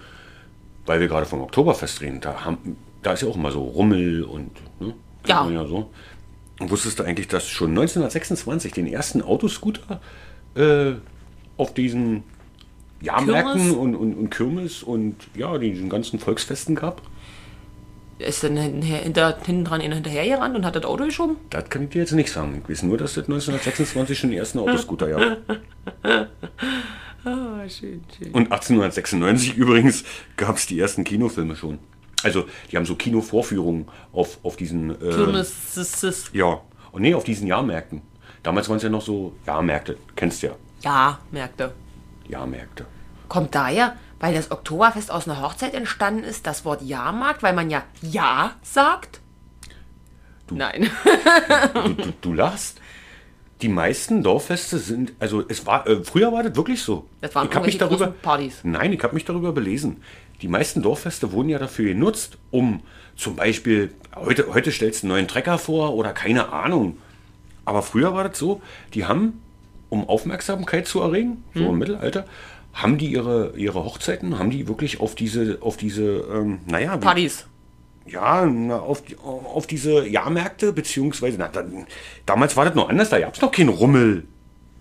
Speaker 1: weil wir gerade vom Oktoberfest reden, da, haben, da ist ja auch immer so Rummel und. Ne? Kennt
Speaker 2: Ja.
Speaker 1: man ja so. Und wusstest du eigentlich, dass schon 1926 den ersten Autoscooter äh, auf diesen Jahrmärkten
Speaker 2: Kirmes?
Speaker 1: und, und, und Kirmes und ja, diesen ganzen Volksfesten gab?
Speaker 2: ist dann hinterher, hinter, hinten dran einer hinterhergerannt und hat das Auto geschoben?
Speaker 1: Das kann ich dir jetzt nicht sagen. Ich weiß nur, dass das 1926 schon den ersten
Speaker 2: Hm.
Speaker 1: Autoscooter gab.
Speaker 2: Ah, schön, schön.
Speaker 1: Und 1896 übrigens gab es die ersten Kinofilme schon. Also, die haben so Kinovorführungen auf, auf diesen. Äh,
Speaker 2: Kirmes, sis, sis.
Speaker 1: Ja, Oh, nee, auf diesen Jahrmärkten. Damals waren es ja noch so Jahrmärkte. Kennst ja.
Speaker 2: Ja, merkte.
Speaker 1: Jahrmärkte.
Speaker 2: Kommt daher, weil das Oktoberfest aus einer Hochzeit entstanden ist, das Wort Jahrmarkt, weil man ja Ja sagt?
Speaker 1: Du-
Speaker 2: Nein.
Speaker 1: Du, du, du lachst. Die meisten Dorffeste sind, also es war, äh, früher war das wirklich so.
Speaker 2: Das waren
Speaker 1: ich hab mich
Speaker 2: irgendwelche
Speaker 1: darüber,
Speaker 2: großen Partys.
Speaker 1: Nein, ich habe mich darüber belesen. Die meisten Dorffeste wurden ja dafür genutzt, um zum Beispiel, heute, heute stellst du einen neuen Trecker vor oder keine Ahnung. Aber früher war das so, die haben, um Aufmerksamkeit zu erregen, so
Speaker 2: Hm.
Speaker 1: im Mittelalter, haben die ihre, ihre Hochzeiten, haben die wirklich auf diese, auf diese, ähm, naja, wie-
Speaker 2: Partys.
Speaker 1: ja, na, auf, die- auf diese Jahrmärkte, beziehungsweise, na, dann, damals war das noch anders, da gab es noch keinen Rummel.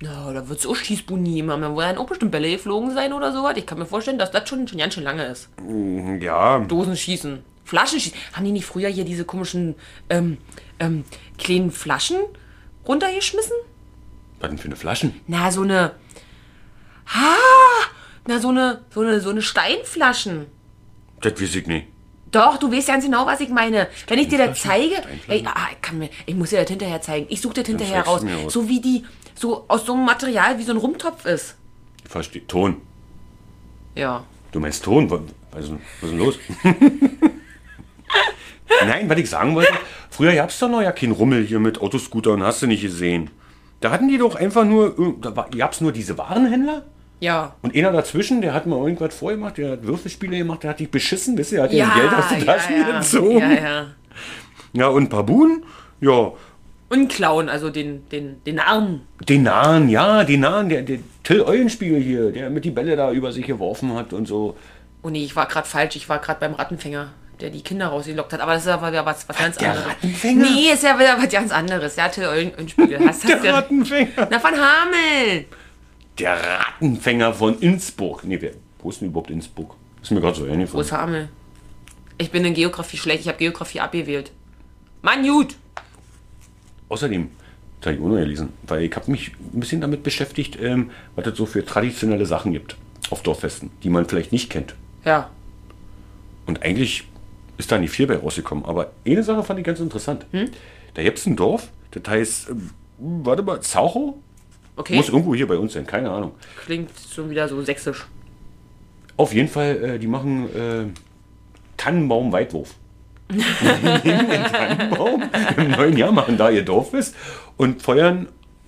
Speaker 2: Na, da wird es auch Schießbuden geben haben. Da werden auch bestimmt Bälle geflogen sein oder sowas. Ich kann mir vorstellen, dass das schon, schon ganz schön lange ist.
Speaker 1: Hm, Ja,
Speaker 2: Dosen schießen. Flaschen schießen. Haben die nicht früher hier diese komischen ähm, ähm, kleinen Flaschen runtergeschmissen?
Speaker 1: was denn für eine Flaschen?
Speaker 2: Na, so eine. Ha! Na, so eine, so eine, so eine Steinflaschen.
Speaker 1: Das weiß ich nicht.
Speaker 2: Doch, du weißt ganz genau, was ich meine. Wenn ich dir das zeige,
Speaker 1: Steinflaschen?
Speaker 2: ey, ah, ich, kann mir, ich muss dir das hinterher zeigen. Ich suche das hinterher
Speaker 1: zeigst
Speaker 2: raus.
Speaker 1: du mir was.
Speaker 2: So wie die, so aus so einem Material wie so ein Rumtopf ist.
Speaker 1: Ich verstehe. Ton.
Speaker 2: Ja.
Speaker 1: Du meinst Ton? Was, was, ist denn- was ist denn los? Nein, was ich sagen wollte, früher gab es doch noch ja keinen Rummel hier mit Autoscootern, hast du nicht gesehen. Da hatten die doch einfach nur, irg- da gab es nur diese Warenhändler
Speaker 2: Ja.
Speaker 1: und einer dazwischen, der hat mal irgendwas vorgemacht, der hat Würfelspiele gemacht, der hat dich beschissen, wisst ihr, der hat dir
Speaker 2: ja,
Speaker 1: Geld aus den Taschen
Speaker 2: ja,
Speaker 1: gezogen.
Speaker 2: ja, ja.
Speaker 1: Ja, und ein paar Buhnen? Ja,
Speaker 2: Und Clown, also den, den, den Arm.
Speaker 1: den Nahen, ja, den Nahen, der, der Till Eulenspiegel hier, der mit die Bälle da über sich geworfen hat und so.
Speaker 2: Oh nee, ich war gerade falsch. Ich war gerade beim Rattenfänger, der die Kinder rausgelockt hat. Aber das ist aber wieder was, was ganz
Speaker 1: der
Speaker 2: anderes.
Speaker 1: Rattenfänger?
Speaker 2: Nee, ist ja wieder was ganz anderes. Ja, Till Eulen- Eulenspiegel. Hast, hast
Speaker 1: Der
Speaker 2: ja,
Speaker 1: Rattenfänger.
Speaker 2: na, von Hamel.
Speaker 1: Der Rattenfänger von Innsbruck. Nee, wer, wo ist denn überhaupt Innsbruck? Ist mir gerade so
Speaker 2: Wo
Speaker 1: eingefallen.
Speaker 2: ist Hamel? Ich bin in Geografie schlecht. Ich habe Geografie abgewählt. Mann, gut.
Speaker 1: Außerdem, das habe ich auch noch gelesen, weil ich habe mich ein bisschen damit beschäftigt, ähm, was es so für traditionelle Sachen gibt auf Dorffesten, die man vielleicht nicht kennt.
Speaker 2: Ja.
Speaker 1: Und eigentlich ist da nicht viel bei rausgekommen. Aber eine Sache fand ich ganz interessant. Da gibt es ein Dorf, das heißt, ähm, warte mal, Zaucho?
Speaker 2: Okay.
Speaker 1: Muss irgendwo hier bei uns sein, keine Ahnung.
Speaker 2: Klingt schon wieder so sächsisch.
Speaker 1: Auf jeden Fall, äh, die machen äh, Tannenbaum-Weitwurf. Die nehmen den Tannenbaum im neuen Jahr, machen da ihr Dorffest und feuern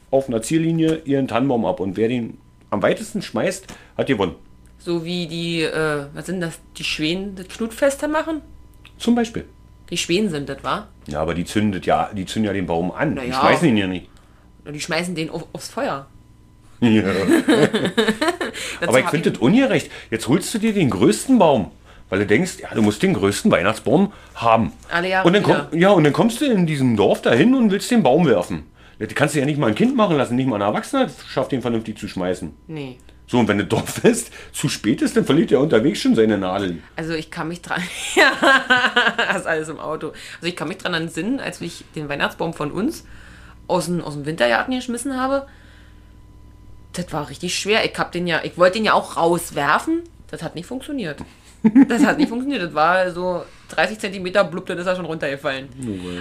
Speaker 1: auf einer Ziellinie ihren Tannenbaum ab. Und wer den am weitesten schmeißt, hat gewonnen.
Speaker 2: So wie die, äh, was sind das? Die Schweden das Knutfeste machen?
Speaker 1: Zum Beispiel.
Speaker 2: Die Schweden sind das, wa?
Speaker 1: Ja, aber die zündet ja, die zünden ja den Baum an. Die
Speaker 2: ja.
Speaker 1: schmeißen ihn ja nicht.
Speaker 2: Und die schmeißen den auf, aufs Feuer.
Speaker 1: Ja.
Speaker 2: Dazu
Speaker 1: Aber ich
Speaker 2: hab
Speaker 1: finde das ungerecht. Jetzt holst du dir den größten Baum, weil du denkst, ja, du musst den größten Weihnachtsbaum haben.
Speaker 2: Alle Jahre
Speaker 1: und dann komm,
Speaker 2: wieder.
Speaker 1: ja, und dann kommst du in diesem Dorf dahin und willst den Baum werfen. Das kannst du ja nicht mal ein Kind machen lassen, nicht mal ein Erwachsener schafft den vernünftig zu schmeißen.
Speaker 2: Nee.
Speaker 1: So, und wenn du Dorffest zu spät ist, dann verliert er unterwegs schon seine Nadeln.
Speaker 2: Also ich kann mich dran. ja, das ist alles im Auto. Also ich kann mich dran entsinnen, als ich den Weihnachtsbaum von uns aus dem, aus dem Wintergarten geschmissen habe. Das war richtig schwer. Ich hab den ja, ich wollte den ja auch rauswerfen. Das hat nicht funktioniert. Das hat nicht funktioniert. Das war so 30 Zentimeter blub, dann ist er schon runtergefallen.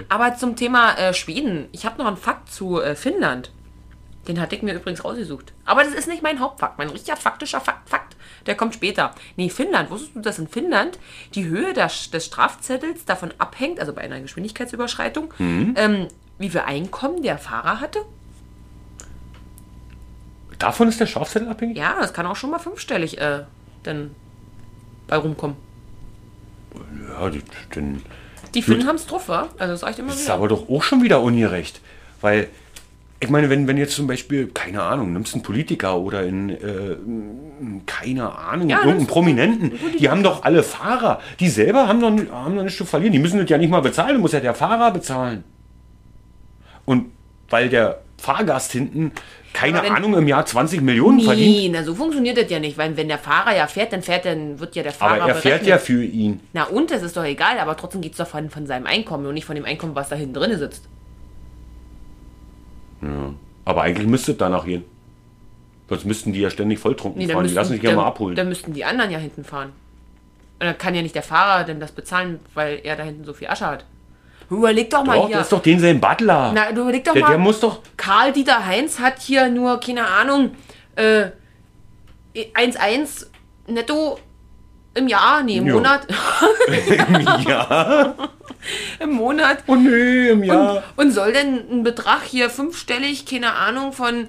Speaker 2: Aber zum Thema äh, Schweden. Ich habe noch einen Fakt zu äh, Finnland. Den hatte ich mir übrigens rausgesucht. Aber das ist nicht mein Hauptfakt. Mein richtiger faktischer Fakt, Fakt der kommt später. Nee, Finnland. Wusstest du, dass in Finnland die Höhe der, des Strafzettels davon abhängt, also bei einer Geschwindigkeitsüberschreitung,
Speaker 1: Mhm.
Speaker 2: ähm, wie viel Einkommen der Fahrer hatte?
Speaker 1: Davon ist der Schafzettel abhängig?
Speaker 2: Ja, das kann auch schon mal fünfstellig äh, dann bei rumkommen.
Speaker 1: Ja, das, dann
Speaker 2: Die Finnen haben es drauf, wa? Also das sag ich immer
Speaker 1: Das ist
Speaker 2: wieder.
Speaker 1: aber doch auch schon wieder ungerecht. Weil, ich meine, wenn, wenn jetzt zum Beispiel, keine Ahnung, nimmst einen Politiker oder in, äh, m, keine Ahnung,
Speaker 2: Ja,
Speaker 1: irgendeinen
Speaker 2: nimmst
Speaker 1: Prominenten, die haben doch alle Fahrer. Die selber haben doch, ni- haben doch nichts zu verlieren. Die müssen das ja nicht mal bezahlen, muss ja der Fahrer bezahlen. Und weil der Fahrgast hinten, keine
Speaker 2: Aber wenn-
Speaker 1: Ahnung, im Jahr 20 Millionen verdient,
Speaker 2: Nee, na so funktioniert das ja nicht, weil wenn der Fahrer ja fährt, dann fährt, dann wird ja der Fahrer
Speaker 1: aber er fährt
Speaker 2: berechnet.
Speaker 1: ja für ihn.
Speaker 2: Na und, das ist doch egal, aber trotzdem geht es doch von, von seinem Einkommen und nicht von dem Einkommen, was da hinten drin sitzt.
Speaker 1: Aber eigentlich müsste es danach gehen. Sonst müssten die ja ständig volltrunken
Speaker 2: Nee, dann
Speaker 1: fahren.
Speaker 2: müssten,
Speaker 1: die lassen sich ja
Speaker 2: dann-
Speaker 1: mal abholen.
Speaker 2: Dann müssten die anderen ja hinten fahren. Und dann kann ja nicht der Fahrer denn das bezahlen, weil er da hinten so viel Asche hat. Überleg doch mal
Speaker 1: Doch,
Speaker 2: hier.
Speaker 1: das ist doch den sein Butler.
Speaker 2: Na, du überleg doch
Speaker 1: der,
Speaker 2: mal.
Speaker 1: der muss doch.
Speaker 2: Karl Dieter Heinz hat hier nur, keine Ahnung, äh, 1,1 netto im Jahr, nee, im
Speaker 1: Jo.
Speaker 2: Monat.
Speaker 1: Ja.
Speaker 2: Im Monat.
Speaker 1: Oh nee, im Jahr.
Speaker 2: Und soll denn ein Betrag hier fünfstellig, keine Ahnung, von,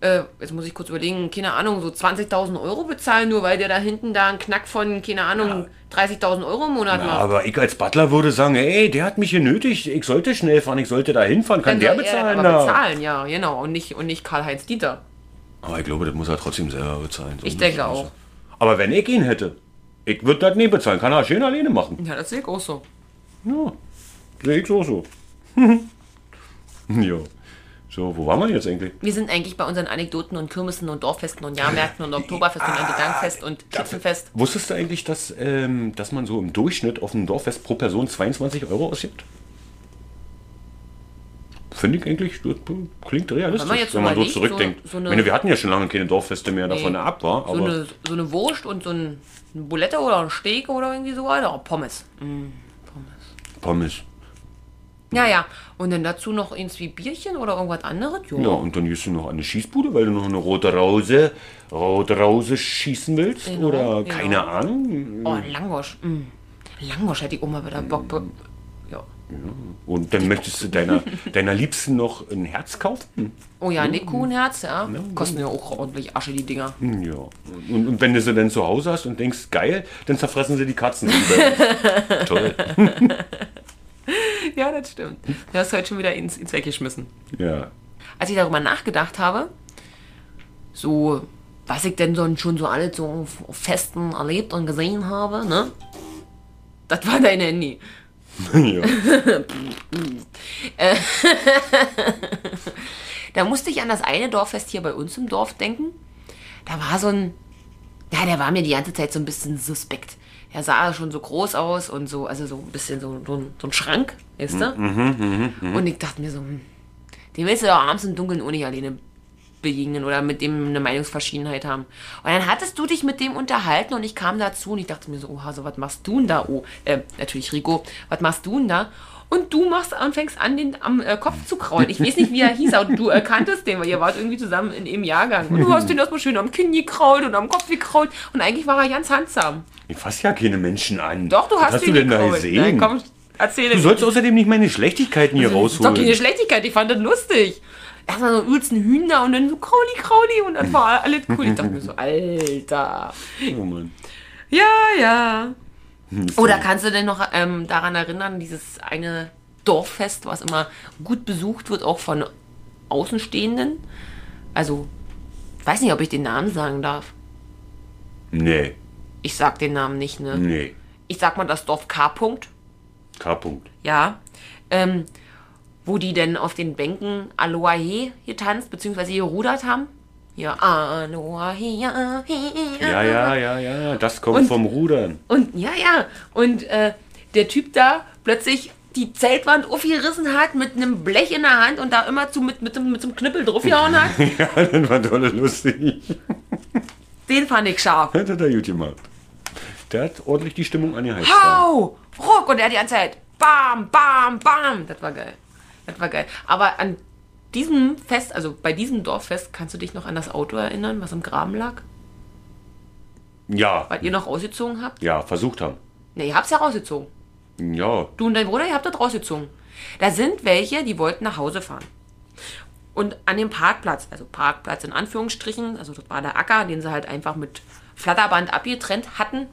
Speaker 2: äh, jetzt muss ich kurz überlegen, keine Ahnung, so 20.000 Euro bezahlen, nur weil der da hinten da einen Knack von, keine Ahnung, 30.000 Euro im Monat
Speaker 1: Ja,
Speaker 2: macht?
Speaker 1: aber ich als Butler würde sagen, ey, der hat mich genötigt. Ich sollte schnell fahren, ich sollte da hinfahren. Kann der
Speaker 2: Dann soll er
Speaker 1: bezahlen?
Speaker 2: aber
Speaker 1: da?
Speaker 2: bezahlen, ja, genau. Und nicht, und nicht Karl-Heinz Dieter.
Speaker 1: Aber ich glaube, das muss er trotzdem selber bezahlen. So
Speaker 2: Ich
Speaker 1: eine
Speaker 2: denke
Speaker 1: Scheiße.
Speaker 2: auch.
Speaker 1: Aber wenn ich ihn hätte, ich würde das nicht bezahlen. Kann er schön alleine machen.
Speaker 2: Ja, das sehe ich auch so.
Speaker 1: Ja, sehe ich so so. jo. So, wo waren wir jetzt eigentlich?
Speaker 2: Wir sind eigentlich bei unseren Anekdoten und Kirmessen und Dorffesten und Jahrmärkten und Oktoberfest und Gedankfest und Schützenfest.
Speaker 1: Wusstest du eigentlich, dass, ähm, dass man so im Durchschnitt auf einem Dorffest pro Person 22 Euro ausgibt? Finde ich eigentlich, das klingt realistisch,
Speaker 2: Wenn man jetzt
Speaker 1: so
Speaker 2: überlegt, so-
Speaker 1: zurückdenkt.
Speaker 2: so eine-
Speaker 1: ich meine, wir hatten ja schon lange keine Dorffeste mehr, davon
Speaker 2: Nee.
Speaker 1: er ab war. Aber
Speaker 2: So eine, so eine Wurst und so ein, eine Bulette oder ein Steak oder irgendwie so weiter. Oh, Pommes.
Speaker 1: Pommes.
Speaker 2: Ja, ja. Und dann dazu noch irgendwie Bierchen oder irgendwas anderes? Jo.
Speaker 1: Ja, und dann gehst du noch an eine Schießbude, weil du noch eine rote Rose, rote Rose schießen willst.
Speaker 2: Genau,
Speaker 1: oder
Speaker 2: genau.
Speaker 1: keine Ahnung.
Speaker 2: Oh, Langosch. Mm. Langosch hätte ich Oma wieder Bock. be- Ja.
Speaker 1: Und dann möchtest du deiner, deiner Liebsten noch ein Herz kaufen.
Speaker 2: Oh ja, eine Kuh und Herz, ja. Hm. Kosten ja auch ordentlich Asche, die Dinger.
Speaker 1: Ja. Und, und wenn du sie dann zu Hause hast und denkst, geil, dann zerfressen sie die Katzen. über- Toll.
Speaker 2: Ja, das stimmt. Du hast heute schon wieder ins, ins Weggeschmissen.
Speaker 1: Ja.
Speaker 2: als ich darüber nachgedacht habe, so was ich denn so schon so alles so auf auf Festen erlebt und gesehen habe, ne? Das war dein Handy.
Speaker 1: ja.
Speaker 2: Da musste ich an das eine Dorffest hier bei uns im Dorf denken. Da war so ein, ja, der war mir die ganze Zeit so ein bisschen suspekt. Er sah schon so groß aus und so, also so ein bisschen so, so, ein- so ein Schrank, weißt du? Und ich dachte mir so, hm, den willst du doch abends im Dunkeln auch nicht alleine begegnen oder mit dem eine Meinungsverschiedenheit haben. Und dann hattest du dich mit dem unterhalten und ich kam dazu und ich dachte mir so, oha, so was machst du denn da? Oh, äh, natürlich Rico, was machst du denn da? Und du machst, anfängst an den am äh, Kopf zu kraulen. Ich weiß nicht, wie er hieß, aber du erkanntest den, weil ihr wart irgendwie zusammen in im Jahrgang. Und du hast den erstmal schön am Kinn gekrault und am Kopf gekrault. Und eigentlich war er ganz handsam.
Speaker 1: Ich fasse ja keine Menschen an.
Speaker 2: Doch, du
Speaker 1: Was
Speaker 2: hast,
Speaker 1: hast du
Speaker 2: ihn
Speaker 1: denn da
Speaker 2: gekrault.
Speaker 1: gesehen?
Speaker 2: Na, komm, erzähl
Speaker 1: du
Speaker 2: es.
Speaker 1: sollst außerdem nicht meine Schlechtigkeiten hier
Speaker 2: Das ist doch keine
Speaker 1: rausholen.
Speaker 2: Schlechtigkeit, ich fand das lustig. Erstmal so übelst ein Hühner und dann so Krauli, Krauli und dann war alles cool. Ich dachte mir so, Alter.
Speaker 1: Oh Mann.
Speaker 2: Ja, ja. Oder kannst du denn noch ähm, daran erinnern, dieses eine Dorffest, was immer gut besucht wird, auch von Außenstehenden? Also, weiß nicht, ob ich den Namen sagen darf.
Speaker 1: Nee,
Speaker 2: Ich sag den Namen nicht, ne?
Speaker 1: nee.
Speaker 2: Ich sag mal das Dorf K. -Punkt.
Speaker 1: K-Punkt.
Speaker 2: ja, ähm, wo die denn auf den Bänken Aloahe getanzt, beziehungsweise gerudert haben. Ja, Aloahe, ja,
Speaker 1: Ja, ja, ja, ja. Das kommt
Speaker 2: Und-
Speaker 1: vom Rudern.
Speaker 2: Und ja, ja, und äh, der Typ da plötzlich die Zeltwand aufgerissen hat mit einem Blech in der Hand und da immer zu mit, mit, dem- mit so einem Knüppel draufgehauen hat.
Speaker 1: Ja, das war toll lustig.
Speaker 2: Den fand ich scharf.
Speaker 1: Das hat er gut gemacht. Der hat ordentlich die Stimmung angeheizt.
Speaker 2: Pow! Ruck! Und er hat die ganze Zeit Bam, Bam, Bam! Das war geil. Das war geil. Aber an diesem Fest, also bei diesem Dorffest, kannst du dich noch an das Auto erinnern, was im Graben lag?
Speaker 1: Ja,
Speaker 2: Weil ihr noch ausgezogen habt?
Speaker 1: ja, versucht haben.
Speaker 2: Ne, ihr habt's ja rausgezogen.
Speaker 1: Ja,
Speaker 2: Du und dein Bruder, ihr habt das rausgezogen. Da sind welche, die wollten nach Hause fahren. Und an dem Parkplatz, also Parkplatz in Anführungsstrichen, also das war der Acker, den sie halt einfach mit Flatterband abgetrennt hatten.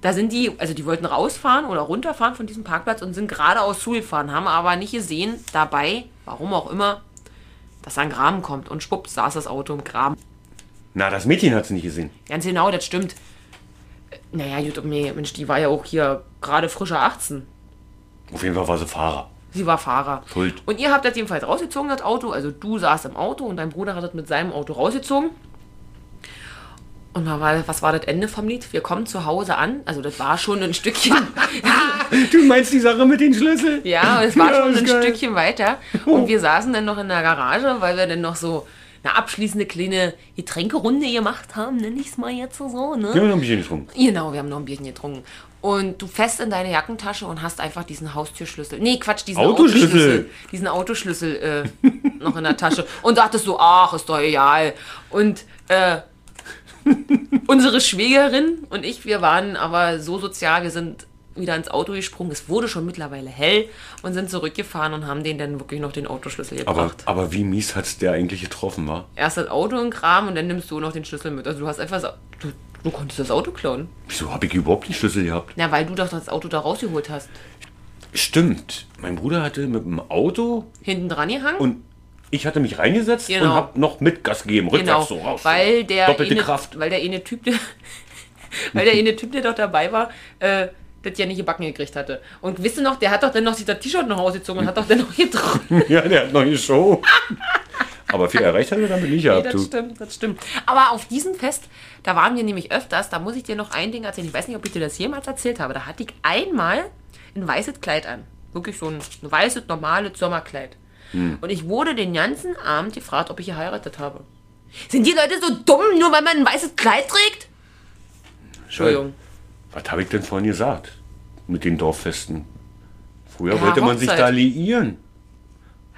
Speaker 2: Da sind die, also die wollten rausfahren oder runterfahren von diesem Parkplatz und sind geradeaus zugefahren, haben aber nicht gesehen dabei, warum auch immer, dass da ein Graben kommt. Und schwupp, saß das Auto im Graben.
Speaker 1: na, das Mädchen hat es nicht gesehen.
Speaker 2: Ganz genau, das stimmt. Äh, Naja, gut, nee, Mensch, die war ja auch hier gerade frischer 18.
Speaker 1: Auf jeden Fall war sie Fahrer.
Speaker 2: Sie war Fahrer.
Speaker 1: Schuld.
Speaker 2: Und ihr habt das jedenfalls rausgezogen, das Auto. Also du saßt im Auto und dein Bruder hat das mit seinem Auto rausgezogen. Und was war, was war das Ende vom Lied? Wir kommen zu Hause an. Also das war schon ein Stückchen.
Speaker 1: Du meinst die Sache mit den Schlüsseln?
Speaker 2: ja, es war
Speaker 1: Ja,
Speaker 2: schon
Speaker 1: ist
Speaker 2: ein
Speaker 1: geil.
Speaker 2: Stückchen weiter. Und wir saßen dann noch in der Garage, weil wir dann noch so eine abschließende kleine Getränkerunde gemacht haben, nenne ich es mal jetzt so, ne?
Speaker 1: Ja, noch ein bisschen getrunken.
Speaker 2: Genau, wir haben noch ein Bierchen getrunken. Und du fest in deine Jackentasche und hast einfach diesen Haustürschlüssel. Nee, Quatsch, diesen
Speaker 1: Autoschlüssel.
Speaker 2: Diesen Autoschlüssel äh, noch in der Tasche. Und dachtest so, ach, ist doch egal. Und äh, unsere Schwägerin und ich, wir waren aber so sozial, wir sind wieder ins Auto gesprungen. Es wurde schon mittlerweile hell und sind zurückgefahren und haben denen dann wirklich noch den Autoschlüssel
Speaker 1: Aber,
Speaker 2: gebracht.
Speaker 1: aber wie mies hat's der eigentlich getroffen, war?
Speaker 2: Erst das Auto in den Kram und dann nimmst du noch den Schlüssel mit. Also du hast einfach das, Au- du, du konntest das Auto klauen.
Speaker 1: Wieso habe ich überhaupt den Schlüssel gehabt?
Speaker 2: Na, weil du doch das Auto da rausgeholt hast.
Speaker 1: Stimmt. Mein Bruder hatte mit dem Auto
Speaker 2: Hinten dran gehangen.
Speaker 1: und ich hatte mich reingesetzt und
Speaker 2: Genau.
Speaker 1: habe noch mit Gas gegeben.
Speaker 2: genau.
Speaker 1: Rückwärts so raus.
Speaker 2: weil der
Speaker 1: Doppelte
Speaker 2: eine,
Speaker 1: Kraft.
Speaker 2: Weil der eine Typ, der, weil der eine Typ, der doch dabei war, äh, das ja nicht gebacken gekriegt hatte. Und wisst ihr noch, der hat doch dann noch sich das T-Shirt nach Hause gezogen und hat doch dann noch gedrückt.
Speaker 1: Ja, der hat noch eine Show. aber viel erreicht hat er damit nicht
Speaker 2: Nee,
Speaker 1: gehabt.
Speaker 2: das
Speaker 1: du.
Speaker 2: stimmt, das stimmt. Aber auf diesem Fest, da waren wir nämlich öfters, da muss ich dir noch ein Ding erzählen. Ich weiß nicht, ob ich dir das jemals erzählt habe. Da hatte ich einmal ein weißes Kleid an. Wirklich so ein weißes, normales Sommerkleid.
Speaker 1: Hm.
Speaker 2: Und ich wurde den ganzen Abend gefragt, ob ich geheiratet habe. Sind die Leute so dumm, nur weil man ein weißes Kleid trägt? Entschuldigung.
Speaker 1: Was habe ich denn vorhin gesagt? Mit den Dorffesten. Früher
Speaker 2: Ja,
Speaker 1: wollte man sich
Speaker 2: Hochzeit.
Speaker 1: da liieren.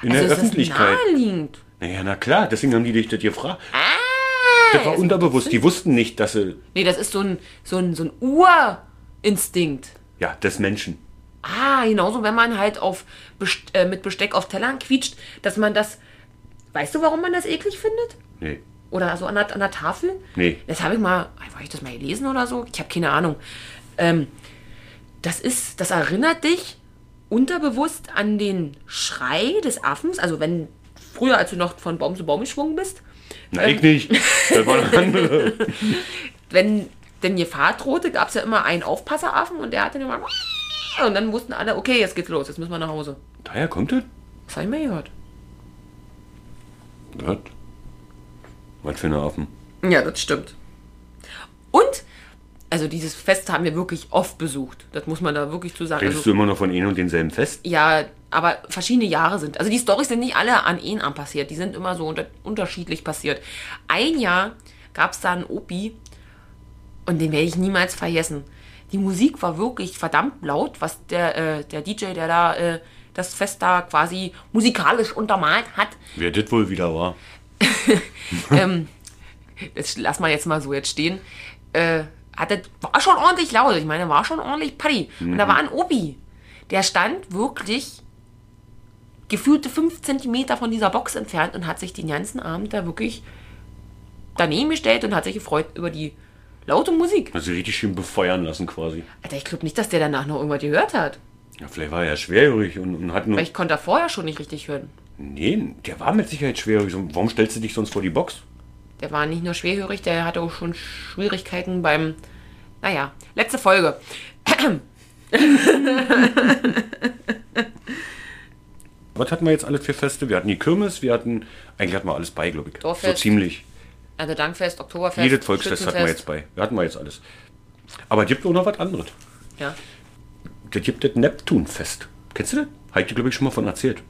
Speaker 1: In
Speaker 2: Also
Speaker 1: der
Speaker 2: es ist
Speaker 1: Öffentlichkeit.
Speaker 2: naheliegend.
Speaker 1: Naja, na klar, deswegen haben die dich das gefragt.
Speaker 2: Ah,
Speaker 1: Das war
Speaker 2: es-
Speaker 1: unterbewusst. Die wussten nicht, dass sie.
Speaker 2: Nee, das ist so ein, so ein, so ein Urinstinkt.
Speaker 1: Ja, des Menschen.
Speaker 2: Ah, genauso, wenn man halt auf Best äh, mit Besteck auf Tellern quietscht, dass man das. Weißt du, warum man das eklig findet?
Speaker 1: Nee.
Speaker 2: Oder so an der, an der Tafel?
Speaker 1: Nee.
Speaker 2: Das habe ich mal. Habe ich das mal gelesen oder so? Ich habe keine Ahnung. Ähm, das ist. Das erinnert dich unterbewusst an den Schrei des Affens. Also, wenn. Früher, als du noch von Baum zu Baum geschwungen bist, äh,
Speaker 1: Na,
Speaker 2: Ähm.
Speaker 1: ich nicht. Das waren andere.
Speaker 2: wenn denn Gefahr drohte, gab es ja immer einen Aufpasseraffen und der hatte immer. Und dann wussten alle, okay, jetzt geht's los, jetzt müssen wir nach Hause.
Speaker 1: Daher kommt das?
Speaker 2: Das habe ich mal gehört.
Speaker 1: Was? Was für eine Affen.
Speaker 2: Ja, das stimmt. Und, also dieses Fest haben wir wirklich oft besucht. Das muss man da wirklich zu sagen.
Speaker 1: Redest
Speaker 2: Also,
Speaker 1: du immer noch von einem und denselben Fest?
Speaker 2: ja, aber verschiedene Jahre sind. Also die Storys sind nicht alle an ihn an passiert. Die sind immer so unter, unterschiedlich passiert. Ein Jahr gab es da einen Opi und den werde ich niemals vergessen. Die Musik war wirklich verdammt laut, was der, äh, der DJ, der da äh, das Fest da quasi musikalisch untermalt hat,
Speaker 1: Wer das wohl wieder war?
Speaker 2: das lass mal jetzt mal so jetzt stehen, äh, hat das, war schon ordentlich laut. Ich meine, war schon ordentlich Party. Und
Speaker 1: Mhm.
Speaker 2: da war ein Obi. Der stand wirklich gefühlte fünf Zentimeter von dieser Box entfernt und hat sich den ganzen Abend da wirklich daneben gestellt und hat sich gefreut über die laute Musik.
Speaker 1: Also richtig schön befeuern lassen quasi.
Speaker 2: Alter, ich glaube nicht, dass der danach noch irgendwas gehört hat.
Speaker 1: Ja, vielleicht war er schwerhörig und, und hat nur.
Speaker 2: Weil ich konnte da vorher schon nicht richtig hören.
Speaker 1: Nee, der war mit Sicherheit schwerhörig. So, Warum stellst du dich sonst vor die Box?
Speaker 2: Der war nicht nur schwerhörig, der hatte auch schon Schwierigkeiten beim. Naja, letzte Folge.
Speaker 1: Was hatten wir jetzt alles für Feste? Wir hatten die Kirmes, wir hatten. Eigentlich hatten wir alles bei, glaube ich.
Speaker 2: Dorffest.
Speaker 1: So ziemlich.
Speaker 2: Also Dankfest, Oktoberfest.
Speaker 1: Jedes Volksfest hatten wir jetzt
Speaker 2: Schützenfest.
Speaker 1: bei. Wir hatten wir jetzt alles. Aber es gibt auch noch was anderes.
Speaker 2: Ja.
Speaker 1: Das gibt das Neptunfest. Kennst du das? Habe ich dir, glaube ich, schon mal von erzählt.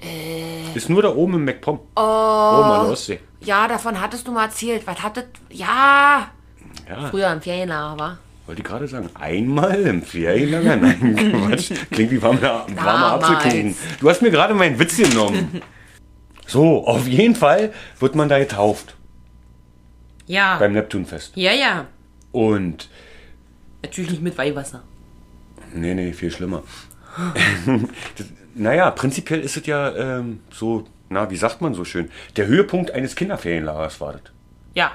Speaker 2: Äh.
Speaker 1: Ist nur da oben im MacPom. Oh. Oben an der Ostsee.
Speaker 2: Ja, davon hattest du mal erzählt. Was hattet. Ja!
Speaker 1: Ja,
Speaker 2: Früher im Ferienlager war.
Speaker 1: wollte ich gerade sagen. Einmal im Ferienlager? Nein, Quatsch. Klingt wie warmer, warmer
Speaker 2: Damals.
Speaker 1: Apfelkuchen. Du hast mir gerade meinen Witz genommen. So, auf jeden Fall wird man da getauft
Speaker 2: Ja.
Speaker 1: beim Neptunfest.
Speaker 2: ja, ja.
Speaker 1: Und
Speaker 2: Natürlich nicht mit Weihwasser.
Speaker 1: Nee, nee, viel schlimmer. das, naja, prinzipiell ist es ja ähm, so, na, wie sagt man so schön, der Höhepunkt eines Kinderferienlagers war das.
Speaker 2: Ja.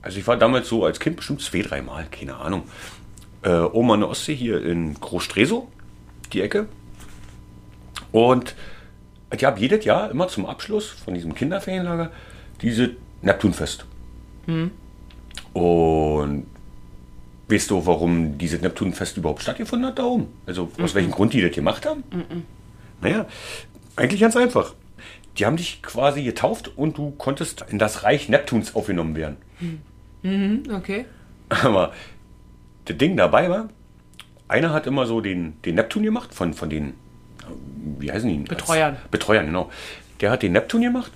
Speaker 1: Also ich war damals so als Kind bestimmt zwei, dreimal, keine Ahnung. Äh, oben an der Ostsee hier in Groß-Stresow, die Ecke. Und ich habe jedes Jahr immer zum Abschluss von diesem Kinderferienlager diese Neptunfest. Und weißt du, warum dieses Neptunfest überhaupt stattgefunden hat da oben? Also aus welchem Grund die das gemacht haben? Naja, eigentlich ganz einfach. Die haben dich quasi getauft und du konntest in das Reich Neptuns aufgenommen werden.
Speaker 2: Okay.
Speaker 1: Aber das Ding dabei war, einer hat immer so den, den Neptun gemacht von, von den, äh, wie heißen die?
Speaker 2: Betreuern.
Speaker 1: Als, Betreuern, genau. Der hat den Neptun gemacht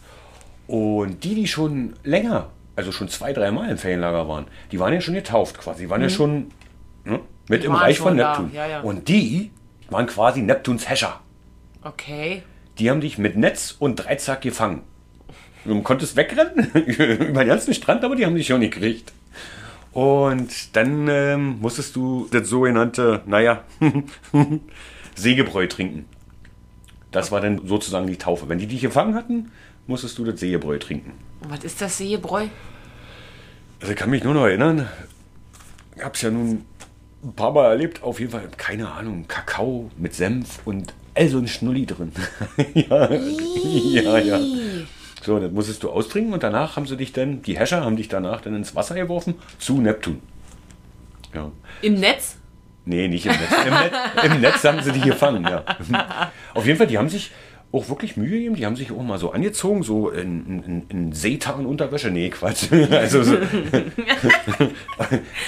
Speaker 1: und die, die schon länger, also schon zwei, dreimal im Ferienlager waren, die waren ja schon getauft quasi, waren ja schon ne, Mit im
Speaker 2: Mhm. waren
Speaker 1: Reich von
Speaker 2: schon da,
Speaker 1: Neptun.
Speaker 2: ja, ja.
Speaker 1: Und die waren quasi Neptuns Häscher.
Speaker 2: Okay.
Speaker 1: Die haben dich mit Netz und Dreizack gefangen. Du konntest wegrennen über den ganzen Strand, aber die haben dich schon gekriegt. Und dann ähm, musstest du das sogenannte, naja, Sägebräu trinken. Das war dann sozusagen die Taufe. Wenn die dich gefangen hatten, musstest du das Sägebräu trinken.
Speaker 2: Und was ist das Seebräu?
Speaker 1: Also ich kann mich nur noch erinnern, ich hab's ja nun ein paar Mal erlebt, auf jeden Fall, keine Ahnung, Kakao mit Senf und all so ein Schnulli drin. ja, ja, ja. So, das musstest du austrinken und danach haben sie dich dann, die Häscher haben dich danach dann ins Wasser geworfen zu Neptun. Ja.
Speaker 2: Im Netz?
Speaker 1: Nee, nicht im Netz. Im, Netz, im Netz haben sie die gefangen, ja. Auf jeden Fall, die haben sich auch wirklich Mühe gegeben. Die haben sich auch mal so angezogen, so in, in- in, in Seetan-Unterwäsche. Nee, Quatsch. Also so,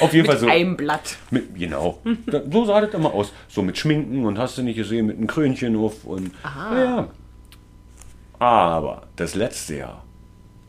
Speaker 1: auf jeden Fall so.
Speaker 2: Ein Blatt.
Speaker 1: Mit, genau. Da, so sah das immer aus. So mit Schminken und hast du nicht gesehen, mit einem Krönchen auf und. Ja. Aber das letzte Jahr,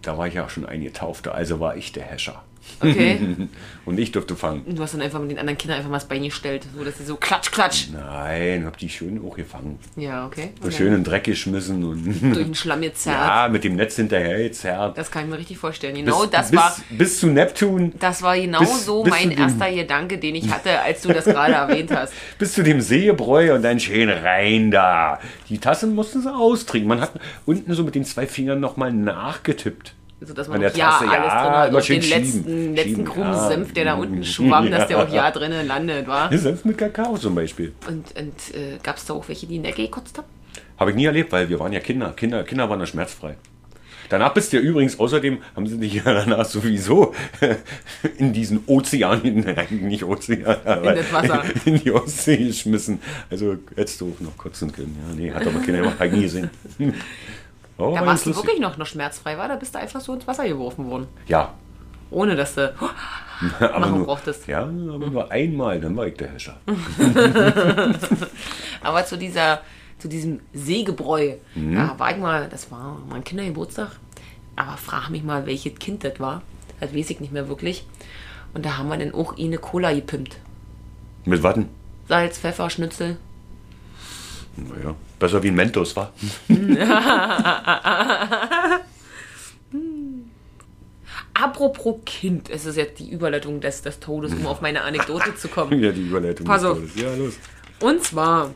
Speaker 1: da war ich ja schon eingetaufter, also war ich der Häscher.
Speaker 2: Okay.
Speaker 1: Und ich durfte fangen.
Speaker 2: Und du hast dann einfach mit den anderen Kindern einfach mal das Bein gestellt, so dass sie so klatsch, klatsch.
Speaker 1: Nein, hab die schön auch gefangen.
Speaker 2: Ja, okay.
Speaker 1: So
Speaker 2: Und
Speaker 1: schön in den Dreck geschmissen und.
Speaker 2: dann Ne? Durch den Schlamm gezerrt.
Speaker 1: Ja, mit dem Netz hinterher gezerrt.
Speaker 2: Das kann ich mir richtig vorstellen. Genau das
Speaker 1: bis,
Speaker 2: war.
Speaker 1: bis zu Neptun,
Speaker 2: Das war genau
Speaker 1: bis-
Speaker 2: so
Speaker 1: bis zu
Speaker 2: mein
Speaker 1: dem-
Speaker 2: erster Gedanke, den ich hatte, als du das gerade erwähnt hast.
Speaker 1: bis zu dem Seebräu und dann schön rein da. Die Tassen mussten sie austrinken. Man hat unten so mit den zwei Fingern nochmal nachgetippt.
Speaker 2: So Also, dass man
Speaker 1: An der
Speaker 2: auch ja
Speaker 1: Tasse,
Speaker 2: alles
Speaker 1: ja,
Speaker 2: drin hat.
Speaker 1: immer
Speaker 2: Und
Speaker 1: schön
Speaker 2: den letzten,
Speaker 1: schieben,
Speaker 2: letzten
Speaker 1: schieben,
Speaker 2: Krumen
Speaker 1: ja. Mhm.
Speaker 2: Senf, der da unten schwamm, dass der auch
Speaker 1: Ja.
Speaker 2: ja drinnen landet, war.
Speaker 1: Selbst mit Kakao zum Beispiel.
Speaker 2: Und, und äh, gab es da auch welche, die in der Ecke gekotzt haben?
Speaker 1: Habe ich nie erlebt, weil wir waren ja Kinder. Kinder, Kinder waren ja schmerzfrei. Danach bist du ja übrigens, außerdem haben sie dich ja danach sowieso in diesen Ozean, nein, nicht Ozean, aber
Speaker 2: das Wasser.
Speaker 1: in die Ostsee geschmissen. Also hättest du auch noch kotzen können. Ja, nee, hat aber keiner gemacht, hab ich nie gesehen. Oh,
Speaker 2: Da
Speaker 1: war
Speaker 2: warst
Speaker 1: ganz
Speaker 2: du wirklich noch, noch schmerzfrei, war? Da bist du einfach so ins Wasser geworfen worden.
Speaker 1: Ja,
Speaker 2: Ohne dass du. oh,
Speaker 1: aber
Speaker 2: Machen
Speaker 1: nur,
Speaker 2: brauchtest.
Speaker 1: Ja, aber nur einmal, dann war ich der Häscher.
Speaker 2: Aber zu dieser, zu diesem Sägebräu,
Speaker 1: Mhm.
Speaker 2: da war ich mal, das war mein Kindergeburtstag, aber frag mich mal, welches Kind das war. Das weiß ich nicht mehr wirklich. Und da haben wir dann auch ihn eine Cola gepimpt.
Speaker 1: Mit Watten.
Speaker 2: Salz, Pfeffer, Schnitzel.
Speaker 1: Naja, besser wie ein Mentos, war.
Speaker 2: Apropos Kind, es ist jetzt die Überleitung des, des Todes, um auf meine Anekdote zu kommen.
Speaker 1: Ja, die Überleitung.
Speaker 2: Pass
Speaker 1: des
Speaker 2: auf.
Speaker 1: Todes. Ja, los.
Speaker 2: Und zwar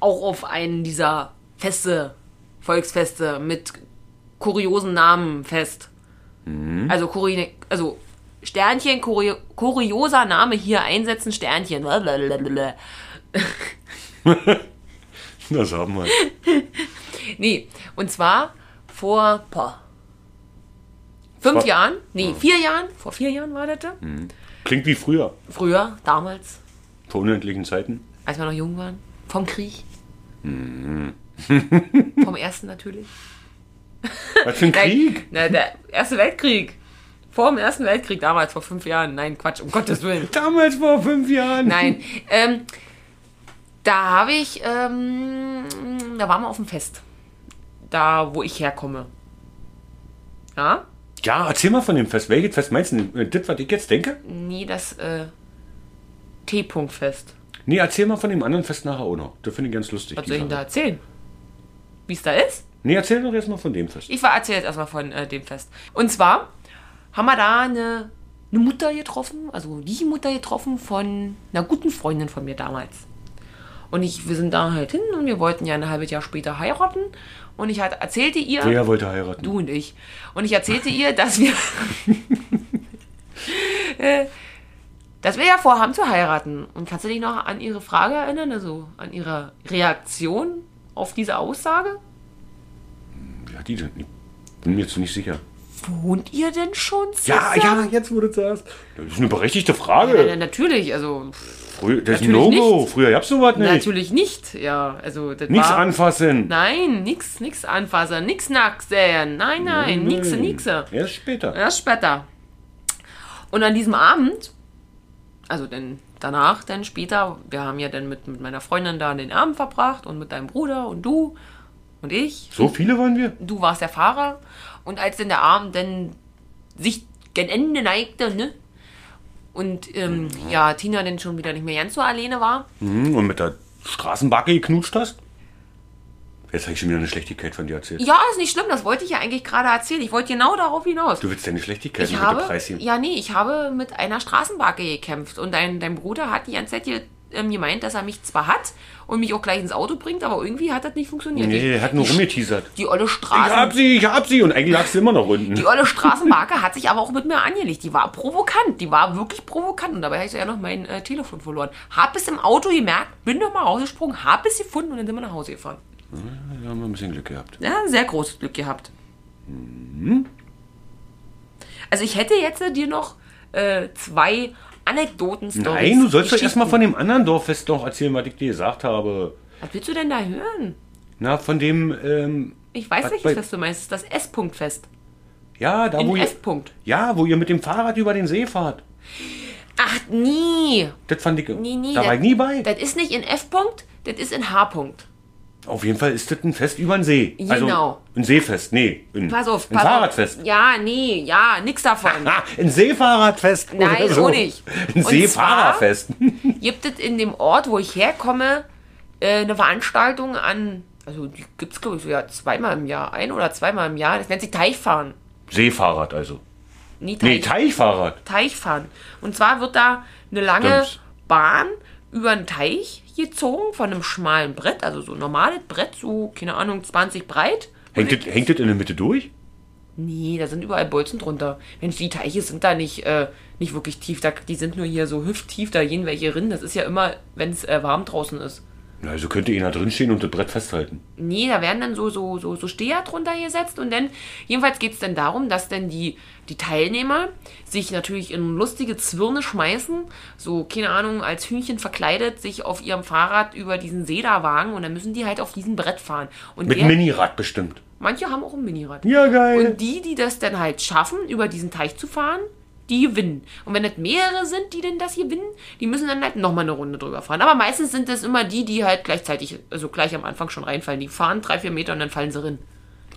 Speaker 2: auch auf einen dieser Feste, Volksfeste mit kuriosen Namen fest. Also, kuri also Sternchen, kuri kurioser Name hier einsetzen, Sternchen. Blablabla.
Speaker 1: Das haben wir.
Speaker 2: Nee, und zwar vor boah, fünf
Speaker 1: Vor-
Speaker 2: Jahren, nee, vier Jahren, vor vier Jahren war das. da.
Speaker 1: Klingt wie früher,
Speaker 2: Früher, damals,
Speaker 1: vor unendlichen Zeiten.
Speaker 2: als wir noch jung waren, vom Krieg. vom ersten natürlich.
Speaker 1: Was für ein Krieg?
Speaker 2: Na, der Erste Weltkrieg. Vor dem Ersten Weltkrieg damals, vor fünf Jahren. Nein, Quatsch, um Gottes Willen.
Speaker 1: Damals vor fünf Jahren.
Speaker 2: Nein. Ähm, da habe ich, ähm, da waren wir auf dem Fest. Da, wo ich herkomme. Ja?
Speaker 1: Ja, erzähl mal von dem Fest. Welches Fest meinst du? denn? Äh, Das, was ich jetzt denke?
Speaker 2: Nee, das äh, T-Punkt-Fest.
Speaker 1: Nee, erzähl mal von dem anderen Fest nachher auch noch. Das finde ich ganz lustig.
Speaker 2: Was
Speaker 1: die
Speaker 2: soll ich denn da
Speaker 1: Sache.
Speaker 2: erzählen? Wie es da ist?
Speaker 1: Nee, erzähl doch erst mal von dem Fest.
Speaker 2: Ich erzähle jetzt erstmal von äh, dem Fest. Und zwar haben wir da eine, eine Mutter getroffen, also die Mutter getroffen von einer guten Freundin von mir damals. Und ich, wir sind da halt hin und wir wollten ja ein halbes Jahr später heiraten. Und ich hat, erzählte ihr,
Speaker 1: Wer wollte heiraten?
Speaker 2: du und ich, und ich erzählte ihr, dass wir, äh, dass wir ja vorhaben zu heiraten. Und kannst du dich noch an ihre Frage erinnern, also an ihre Reaktion auf diese Aussage?
Speaker 1: Wie hat die denn? Ich bin mir jetzt nicht sicher.
Speaker 2: Wohnt ihr denn schon
Speaker 1: Ja, ja,
Speaker 2: zusammen?
Speaker 1: jetzt wo du sagst. Das ist eine berechtigte
Speaker 2: Ja, na,
Speaker 1: Frage.
Speaker 2: natürlich, also pff,
Speaker 1: Früher, das ist ein
Speaker 2: Natürlich
Speaker 1: No-Go.
Speaker 2: nicht.
Speaker 1: Früher gab's sowas nicht.
Speaker 2: natürlich nicht, ja, also das
Speaker 1: Nichts
Speaker 2: war,
Speaker 1: anfassen.
Speaker 2: Nein, nix, nix anfassen, nix nacksen, nein, nein, nixe, nixe.
Speaker 1: Erst später.
Speaker 2: Erst später. Und an diesem Abend, also denn danach, dann später, wir haben ja dann mit, mit meiner Freundin da den Abend verbracht und mit deinem Bruder und du und ich.
Speaker 1: So viele waren wir?
Speaker 2: Du warst der Fahrer und als dann der Abend dann sich gen Ende neigte, ne, Und ähm, ja, Tina dann schon wieder nicht mehr ganz so alleine war.
Speaker 1: Hm, Und mit der Straßenbacke geknutscht hast? Jetzt habe ich schon wieder eine Schlechtigkeit von dir erzählt.
Speaker 2: Ja, ist nicht schlimm, das wollte ich ja eigentlich gerade erzählen. Ich wollte genau darauf hinaus.
Speaker 1: Du willst deine Schlechtigkeit
Speaker 2: ich
Speaker 1: mit
Speaker 2: habe,
Speaker 1: dem Preis hier.
Speaker 2: ja, nee, ich habe mit einer Straßenbarke gekämpft und dein, dein Bruder hat die ganze Zeit ge- ähm, gemeint, dass er mich zwar hat und mich auch gleich ins Auto bringt, aber irgendwie hat das nicht funktioniert.
Speaker 1: Nee,
Speaker 2: die,
Speaker 1: er hat nur rumgeteasert.
Speaker 2: die olle
Speaker 1: Ich
Speaker 2: Straßen.
Speaker 1: hab sie, ich hab sie. Und eigentlich lag sie immer noch unten.
Speaker 2: Die olle Straßenmarke hat sich aber auch mit mir angelegt. Die war provokant. Die war wirklich provokant. Und dabei habe ich ja noch mein äh, Telefon verloren. Hab es im Auto gemerkt, bin noch mal rausgesprungen, hab es gefunden und dann sind wir nach Hause gefahren.
Speaker 1: Da haben wir ein bisschen Glück gehabt.
Speaker 2: Ja, sehr großes Glück gehabt. Also ich hätte jetzt äh, dir noch äh, zwei Anekdoten
Speaker 1: Nein, du sollst doch erstmal von dem anderen Dorffest noch erzählen, was ich dir gesagt habe.
Speaker 2: Was willst du denn da hören?
Speaker 1: Na, von dem, ähm,
Speaker 2: Ich weiß
Speaker 1: Was
Speaker 2: nicht,
Speaker 1: bei-
Speaker 2: was du meinst. Das S-Punkt-Fest.
Speaker 1: ja, da
Speaker 2: In
Speaker 1: wo ihr,
Speaker 2: S-Punkt.
Speaker 1: ja, wo ihr mit dem Fahrrad über den See fahrt.
Speaker 2: Ach, nie.
Speaker 1: Das fand ich,
Speaker 2: Nie, nie.
Speaker 1: da war
Speaker 2: das-
Speaker 1: ich nie bei.
Speaker 2: Das ist nicht in F-Punkt, das ist in H-Punkt.
Speaker 1: Auf jeden Fall ist das ein Fest über den See.
Speaker 2: Genau.
Speaker 1: Also ein Seefest, nee. Ein,
Speaker 2: Pass auf,
Speaker 1: ein
Speaker 2: pass
Speaker 1: Fahrradfest.
Speaker 2: Auf. Ja, nee, ja, nix davon.
Speaker 1: Ah, ein Seefahrradfest.
Speaker 2: Nein,
Speaker 1: oder
Speaker 2: so nicht.
Speaker 1: Ein
Speaker 2: Und
Speaker 1: Seefahrerfest.
Speaker 2: Gibt es in dem Ort, wo ich herkomme, äh, eine Veranstaltung an, also die gibt es, glaube ich, so ja zweimal im Jahr, ein oder zweimal im Jahr. Das nennt sich Teichfahren.
Speaker 1: Seefahrrad also.
Speaker 2: Nie Teich,
Speaker 1: Nee, Teichfahrrad.
Speaker 2: Teichfahren. Und zwar wird da eine lange
Speaker 1: Stimmt's.
Speaker 2: Bahn über einen Teich gezogen von einem schmalen Brett, also so ein normales Brett, so, keine Ahnung, 20 breit.
Speaker 1: Hängt das hängt das in der Mitte durch?
Speaker 2: Nee, da sind überall Bolzen drunter. Mensch, die Teiche sind da nicht, äh, nicht wirklich tief. Da, die sind nur hier so hüfttief, da gehen welche rinnen. Das ist ja immer, wenn es äh, warm draußen ist.
Speaker 1: Na, also könnte einer drinstehen und das Brett festhalten.
Speaker 2: Nee, da werden dann so, so, so, so Steher drunter gesetzt. Und dann, jedenfalls geht es dann darum, dass dann die, die Teilnehmer sich natürlich in lustige Zwirne schmeißen. So, keine Ahnung, als Hühnchen verkleidet, sich auf ihrem Fahrrad über diesen See da wagen. Und dann müssen die halt auf diesem Brett fahren. Und
Speaker 1: Mit
Speaker 2: der-
Speaker 1: Minirad bestimmt.
Speaker 2: manche haben auch ein Minirad.
Speaker 1: Ja, geil.
Speaker 2: Und die, die das dann halt schaffen, über diesen Teich zu fahren, die gewinnen. Und wenn das mehrere sind, die denn das gewinnen, die müssen dann halt nochmal eine Runde drüber fahren. Aber meistens sind das immer die, die halt gleichzeitig, also gleich am Anfang schon reinfallen. Die fahren drei, vier Meter und dann fallen sie rin.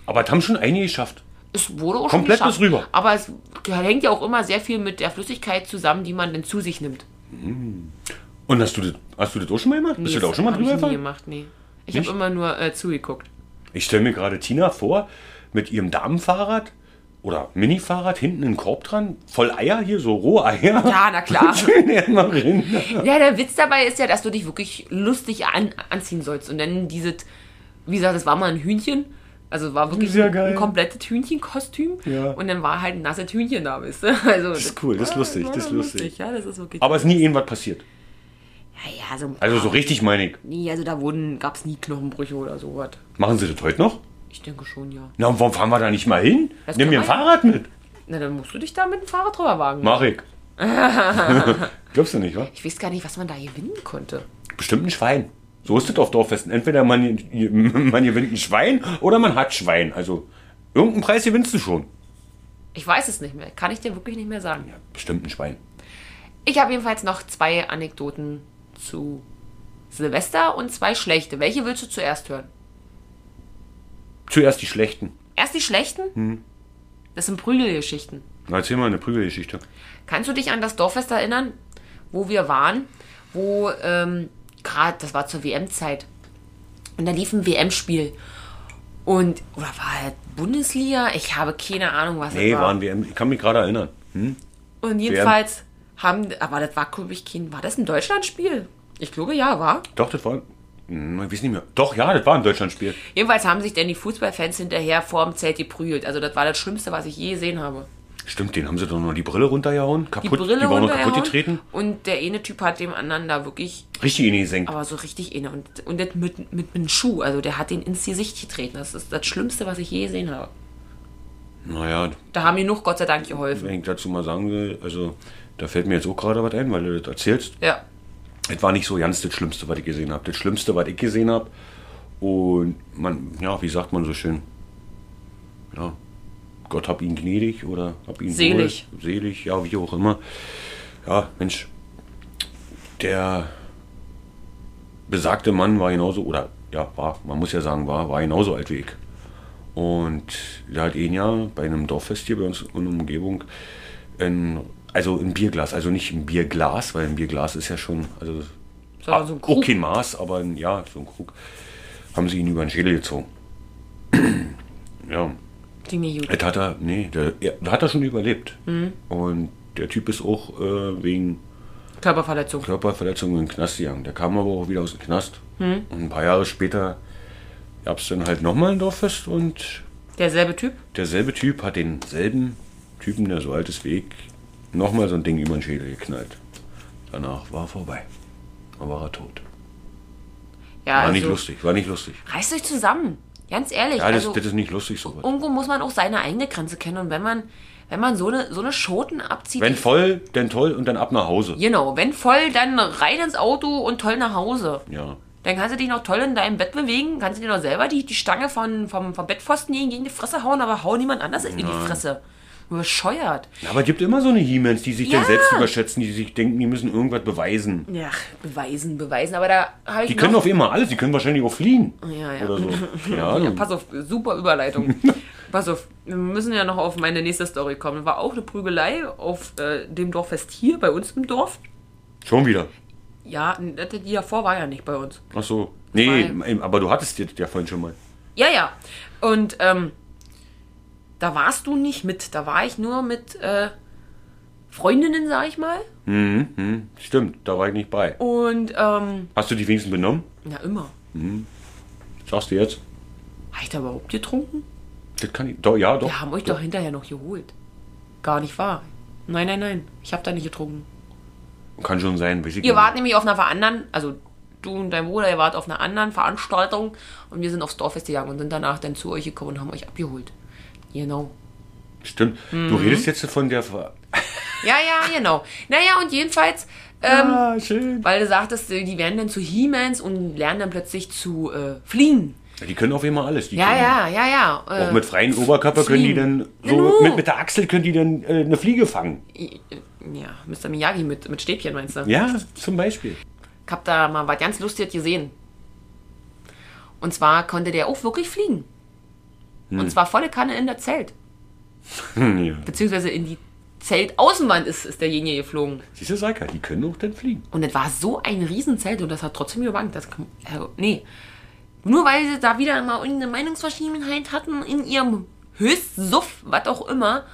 Speaker 1: Aber das haben schon einige geschafft.
Speaker 2: Es wurde auch
Speaker 1: Komplett
Speaker 2: schon
Speaker 1: bis rüber.
Speaker 2: Aber es hängt ja auch immer sehr viel mit der Flüssigkeit zusammen, die man dann zu sich nimmt.
Speaker 1: Und hast du das, hast du das auch schon mal gemacht? Bist du da auch schon mal
Speaker 2: hab
Speaker 1: drüber
Speaker 2: ich nie
Speaker 1: gefahren?
Speaker 2: gemacht, nee. Ich habe
Speaker 1: Nicht?
Speaker 2: immer nur äh, zugeguckt.
Speaker 1: Ich stelle mir gerade Tina vor, mit ihrem Damenfahrrad oder Minifahrrad, hinten einen Korb dran, voll Eier hier, so rohe Eier.
Speaker 2: Ja, na klar.
Speaker 1: Schön erstmal rein.
Speaker 2: Ja, der Witz dabei ist ja, dass du dich wirklich lustig an, anziehen sollst. Und dann dieses, wie gesagt, es war mal ein Hühnchen. Also war wirklich
Speaker 1: Sehr
Speaker 2: ein,
Speaker 1: geil.
Speaker 2: ein komplettes Hühnchenkostüm.
Speaker 1: Ja.
Speaker 2: Und dann war halt ein nasses Hühnchen da, weißt du? Also, das
Speaker 1: ist cool, das ist lustig,
Speaker 2: war
Speaker 1: das ist
Speaker 2: dann
Speaker 1: lustig.
Speaker 2: Ja, das ist wirklich.
Speaker 1: Aber es ist nie irgendwas passiert.
Speaker 2: ja, ja, so ein
Speaker 1: Also so richtig meine ich.
Speaker 2: Nee, also da wurden, gab es nie Knochenbrüche oder sowas.
Speaker 1: Machen Sie das heute noch?
Speaker 2: Ich denke schon, ja.
Speaker 1: Na, und warum fahren wir da nicht mal hin?
Speaker 2: Das
Speaker 1: Nimm mir ein
Speaker 2: kann man
Speaker 1: Fahrrad mit.
Speaker 2: Na, dann musst du dich da mit dem Fahrrad drüber wagen.
Speaker 1: Mach ich. Glaubst du nicht, wa?
Speaker 2: Ich weiß gar nicht, was man da gewinnen konnte.
Speaker 1: Bestimmt ein Schwein. So ist es auf Dorffesten. Entweder man, man gewinnt ein Schwein oder man hat Schwein. Also irgendeinen Preis gewinnst du schon.
Speaker 2: Ich weiß es nicht mehr. Kann ich dir wirklich nicht mehr sagen.
Speaker 1: Bestimmt ein Schwein.
Speaker 2: Ich habe jedenfalls noch zwei Anekdoten zu Silvester und zwei schlechte. Welche willst du zuerst hören?
Speaker 1: Zuerst die schlechten.
Speaker 2: Erst die schlechten?
Speaker 1: Hm.
Speaker 2: Das sind Prügelgeschichten.
Speaker 1: Na, erzähl mal eine Prügelgeschichte.
Speaker 2: Kannst du dich an das Dorffest erinnern, wo wir waren, wo ähm, gerade, das war zur WM-Zeit, und da lief ein WM-Spiel. Und, oder war halt Bundesliga? Ich habe keine Ahnung, was
Speaker 1: Nee,
Speaker 2: es war.
Speaker 1: waren wir. im- Ich kann mich gerade erinnern.
Speaker 2: und jedenfalls haben, aber das war, glaube ich, kein, war das ein Deutschlandspiel? Ich glaube, ja, war.
Speaker 1: Doch, das war. Hm, Ich weiß nicht mehr. Doch, ja, das war ein Deutschlandspiel.
Speaker 2: Jedenfalls haben sich denn die Fußballfans hinterher vorm Zelt geprügelt. Also das war das Schlimmste, was ich je gesehen habe.
Speaker 1: Stimmt, den haben sie doch nur die Brille runtergehauen.
Speaker 2: Die
Speaker 1: Kaputt,
Speaker 2: Brille
Speaker 1: die waren noch
Speaker 2: runtergehauen
Speaker 1: kaputt getreten.
Speaker 2: und der eine Typ hat dem anderen da wirklich,
Speaker 1: Richtig in die Senk.
Speaker 2: aber so richtig inne und, und das mit, mit, mit einem Schuh, also der hat den ins Gesicht getreten. Das ist das Schlimmste, was ich je gesehen habe.
Speaker 1: Naja,
Speaker 2: Da haben die noch Gott sei Dank geholfen.
Speaker 1: wenn ich dazu mal sagen will, also da fällt mir jetzt auch gerade was ein, weil du das erzählst.
Speaker 2: Ja.
Speaker 1: Es war nicht so ganz das Schlimmste, was ich gesehen habe. Das Schlimmste, was ich gesehen habe. Und man, ja, wie sagt man so schön? Ja, Gott hab ihn gnädig oder hab ihn wohl.
Speaker 2: Selig.
Speaker 1: selig, ja, wie auch immer. Ja, Mensch, der besagte Mann war genauso, oder ja, war, man muss ja sagen, war, war genauso alt wie ich. Und der hat ihn ja bei einem Dorffest hier bei uns in der Umgebung einen Also im Bierglas, also nicht im Bierglas, weil ein Bierglas ist ja schon, also
Speaker 2: Sondern so ein Krug.
Speaker 1: auch kein Maß, aber ein, ja, so ein Krug, haben sie ihn über den Schädel gezogen. ja,
Speaker 2: Klingt nicht gut.
Speaker 1: das hat er, nee, der, er, da hat er schon überlebt.
Speaker 2: Mhm.
Speaker 1: Und der Typ ist auch äh, wegen
Speaker 2: Körperverletzung.
Speaker 1: Körperverletzung in den Knast gegangen. Der kam aber auch wieder aus dem Knast.
Speaker 2: Mhm.
Speaker 1: Und ein paar Jahre später gab es dann halt nochmal ein Dorffest und
Speaker 2: Derselbe Typ?
Speaker 1: derselbe Typ hat denselben Typen, der so alt ist wie ich, nochmal so ein Ding über den Schädel geknallt. Danach war er vorbei. Dann war er tot.
Speaker 2: Ja, also
Speaker 1: War nicht lustig, war nicht lustig.
Speaker 2: Reißt euch zusammen. Ganz ehrlich.
Speaker 1: Ja, das,
Speaker 2: also,
Speaker 1: das ist nicht lustig sowas.
Speaker 2: irgendwo muss man auch seine eigene Grenze kennen. Und wenn man, wenn man so eine, so eine Schoten abzieht.
Speaker 1: Wenn voll, dann toll und dann ab nach Hause.
Speaker 2: Genau, wenn voll, dann rein ins Auto und toll nach Hause.
Speaker 1: Ja.
Speaker 2: Dann kannst du dich noch toll in deinem Bett bewegen, kannst du dir noch selber die, die Stange von, vom, vom Bettpfosten gegen gegen die Fresse hauen, aber hau niemand anders in die Fresse. Bescheuert.
Speaker 1: Na, Aber es gibt immer so eine He-Mans, die sich dann
Speaker 2: Ja.
Speaker 1: selbst überschätzen, die sich denken, die müssen irgendwas beweisen.
Speaker 2: Ja, beweisen, beweisen, aber da habe ich.
Speaker 1: Die
Speaker 2: noch-
Speaker 1: können auf immer alles, die können wahrscheinlich auch fliehen.
Speaker 2: Ja, ja.
Speaker 1: Oder so. Ja,
Speaker 2: Ja,
Speaker 1: ja
Speaker 2: pass auf, super Überleitung. pass auf, wir müssen ja noch auf meine nächste Story kommen. War auch eine Prügelei auf äh, dem Dorffest hier, bei uns im Dorf.
Speaker 1: schon wieder.
Speaker 2: Ja, das- die davor war ja nicht bei uns.
Speaker 1: Ach so. Nee, im- aber du hattest jetzt ja vorhin schon mal.
Speaker 2: Ja, ja. Und ähm, da warst du nicht mit. Da war ich nur mit äh, Freundinnen, sag ich mal.
Speaker 1: Stimmt, da war ich nicht bei.
Speaker 2: Und ähm,
Speaker 1: Hast du die wenigsten benommen?
Speaker 2: na immer.
Speaker 1: Sagst du jetzt?
Speaker 2: Habe ich da überhaupt getrunken?
Speaker 1: Das kann ich. Doch, ja, doch.
Speaker 2: Wir haben euch doch hinterher noch geholt. Gar nicht wahr. Nein, nein, nein. Ich habe da nicht getrunken.
Speaker 1: Kann schon sein. Weiß ich
Speaker 2: Ihr
Speaker 1: nicht.
Speaker 2: wart nämlich auf einer anderen, also du und dein Bruder, ihr wart auf einer anderen Veranstaltung und wir sind aufs Dorffest gegangen und sind danach dann zu euch gekommen und haben euch abgeholt. Genau.
Speaker 1: Stimmt.
Speaker 2: Mhm.
Speaker 1: Du redest jetzt von der. Ver
Speaker 2: Ja, ja, genau. Naja, und jedenfalls ähm,
Speaker 1: ah, schön.
Speaker 2: Weil du sagtest, äh, die werden dann zu He-Mans und lernen dann plötzlich zu äh, fliehen. Mhm.
Speaker 1: Die können auf immer alles. Die
Speaker 2: Ja,
Speaker 1: können,
Speaker 2: ja, ja, ja. Äh,
Speaker 1: Auch mit freiem Oberkörper können die
Speaker 2: fliegen.
Speaker 1: dann. So,
Speaker 2: Genau.
Speaker 1: mit, mit der Achsel können die dann äh, eine Fliege fangen.
Speaker 2: ja, Mr. Miyagi mit, mit Stäbchen, meinst du?
Speaker 1: Ja, zum Beispiel.
Speaker 2: Ich hab da mal was ganz Lustiges gesehen. Und zwar konnte der auch wirklich fliegen. Und zwar volle Kanne in der Zelt.
Speaker 1: Hm, ja.
Speaker 2: Beziehungsweise in die Zeltaußenwand ist, ist derjenige geflogen.
Speaker 1: Siehst du, Saika, die können auch dann fliegen.
Speaker 2: Und das war so ein Riesenzelt und das hat trotzdem gewankt. Das, kann- also, nee. Nur weil sie da wieder mal irgendeine Meinungsverschiedenheit hatten in ihrem Höchstsuff, was auch immer.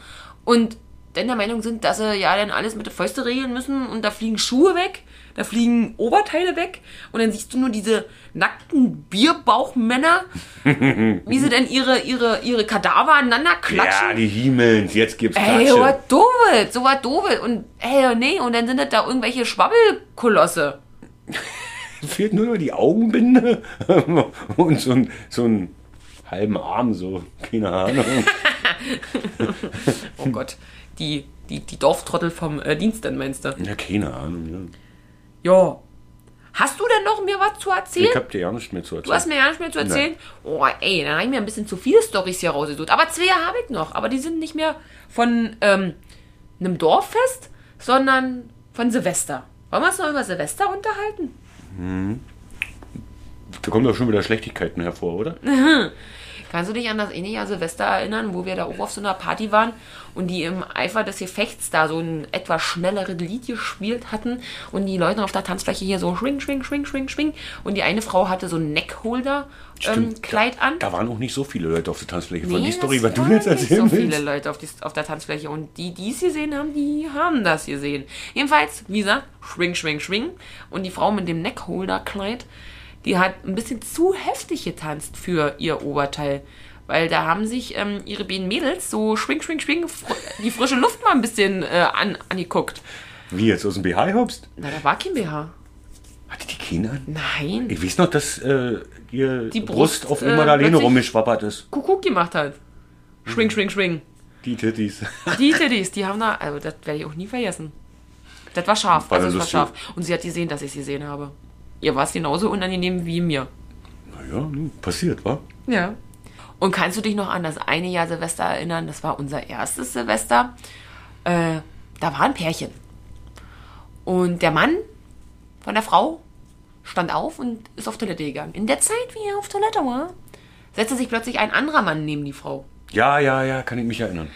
Speaker 2: Und dann der Meinung sind, dass sie ja dann alles mit der Fäuste regeln müssen und da fliegen Schuhe weg, da fliegen Oberteile weg und dann siehst du nur diese nackten Bierbauchmänner, wie sie dann ihre, ihre, ihre Kadaver aneinander klatschen.
Speaker 1: Ja, die Hiemens, jetzt gibt's
Speaker 2: Ey,
Speaker 1: Klatsche.
Speaker 2: was doofes, so was doofes. Und ey, nee, und dann sind das da irgendwelche Schwabbelkolosse.
Speaker 1: Fehlt nur noch die Augenbinde und so ein, so ein halben Arm, so, keine Ahnung.
Speaker 2: Oh Gott, die, die, die Dorftrottel vom äh, Dienst dann meinst du?
Speaker 1: Ja, keine Ahnung. Ja.
Speaker 2: Ja. Hast du denn noch mir was zu erzählen?
Speaker 1: Ich hab dir ja nichts mehr zu erzählen.
Speaker 2: du hast mir gar nicht mehr zu erzählen? Oh, ey, dann habe ich mir ein bisschen zu viele Storys hier rausgesucht. Aber zwei habe ich noch. Aber die sind nicht mehr von ähm, einem Dorffest, sondern von Silvester. Wollen wir uns noch über Silvester unterhalten?
Speaker 1: da kommen doch schon wieder Schlechtigkeiten hervor, oder?
Speaker 2: Ähm, Kannst du dich an das ähnliche Silvester erinnern, wo wir da auch auf so einer Party waren und die im Eifer des Gefechts da so ein etwas schnelleres Lied gespielt hatten und die Leute auf der Tanzfläche hier so schwing, schwing, schwing, schwing, schwing und die eine Frau hatte so ein
Speaker 1: Stimmt,
Speaker 2: Neckholder-Kleid
Speaker 1: da,
Speaker 2: an.
Speaker 1: Da waren auch nicht so viele Leute auf der Tanzfläche. Von die
Speaker 2: Nee,
Speaker 1: Story,
Speaker 2: das
Speaker 1: was du
Speaker 2: waren
Speaker 1: jetzt erzählen
Speaker 2: nicht so
Speaker 1: willst.
Speaker 2: viele Leute auf, die, auf der Tanzfläche und die, die es gesehen haben, die haben das gesehen. Jedenfalls, wie gesagt, schwing, schwing, schwing und die Frau mit dem Neckholder-Kleid, die hat ein bisschen zu heftig getanzt für ihr Oberteil. Weil da haben sich ähm, ihre beiden Mädels so schwing, schwing, schwing fr die frische Luft mal ein bisschen äh, an, angeguckt.
Speaker 1: Wie jetzt aus dem BH hopst?
Speaker 2: Na, da war kein BH.
Speaker 1: Hatte die Kinder an?
Speaker 2: Nein.
Speaker 1: Ich weiß noch, dass äh, ihr
Speaker 2: Die
Speaker 1: Brust,
Speaker 2: Brust,
Speaker 1: auf
Speaker 2: äh,
Speaker 1: immer Madalene
Speaker 2: plötzlich-
Speaker 1: rumgeschwappert ist.
Speaker 2: Kuckuck gemacht hat.
Speaker 1: Hm.
Speaker 2: Schwing, schwing, schwing.
Speaker 1: Die Titties.
Speaker 2: Die Titties, die haben da, also das werde ich auch nie vergessen. Das war scharf,
Speaker 1: War
Speaker 2: also
Speaker 1: das
Speaker 2: das war
Speaker 1: lustig?
Speaker 2: scharf. Und sie hat gesehen, dass ich sie gesehen habe. Ihr war es genauso unangenehm wie mir.
Speaker 1: naja, Ah nun, passiert, wa?
Speaker 2: Ja. Und kannst du dich noch an das eine Jahr Silvester erinnern? Das war unser erstes Silvester. Äh, da war ein Pärchen. Und der Mann von der Frau stand auf und ist auf Toilette gegangen. In der Zeit, wie er auf Toilette war, setzte sich plötzlich ein anderer Mann neben die Frau.
Speaker 1: Ja, ja, ja, kann ich mich erinnern.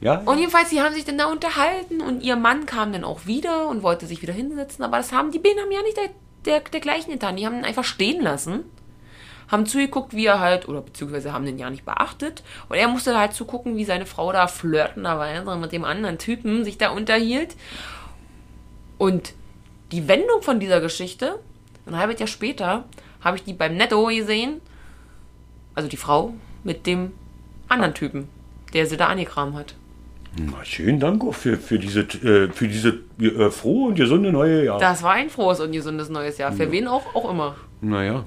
Speaker 1: Ja,
Speaker 2: Und jedenfalls, sie haben sich dann da unterhalten und ihr Mann kam dann auch wieder und wollte sich wieder hinsetzen, aber das haben die Bienen haben ja nicht der, der, dergleichen getan. Die haben ihn einfach stehen lassen, haben zugeguckt, wie er halt, oder beziehungsweise haben den ja nicht beachtet und er musste halt zugucken, wie seine Frau da flirtenderweise mit dem anderen Typen sich da unterhielt. Und die Wendung von dieser Geschichte, ein halbes Jahr später, habe ich die beim Netto gesehen, also die Frau mit dem anderen Typen, der sie da angekramt hat.
Speaker 1: na schön, danke für, für diese, äh, für diese äh, frohe und gesunde neue Jahr.
Speaker 2: Das war ein frohes und gesundes neues Jahr. Für wen auch, auch immer.
Speaker 1: Naja,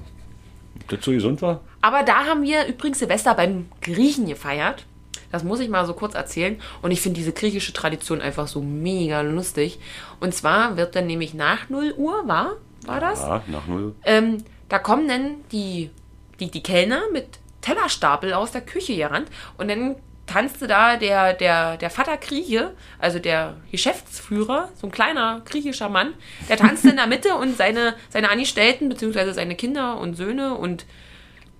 Speaker 1: ob das so gesund war?
Speaker 2: Aber da haben wir übrigens Silvester beim Griechen gefeiert. Das muss ich mal so kurz erzählen. Und ich finde diese griechische Tradition einfach so mega lustig. Und zwar wird dann nämlich nach 0 Uhr, war, war das?
Speaker 1: Ja, nach null.
Speaker 2: Ähm, da kommen dann die, die, die Kellner mit Tellerstapel aus der Küche gerannt und dann tanzte da der, der, der Vater Grieche, also der Geschäftsführer, so ein kleiner griechischer Mann, der tanzte in der Mitte und seine, seine Angestellten, beziehungsweise seine Kinder und Söhne und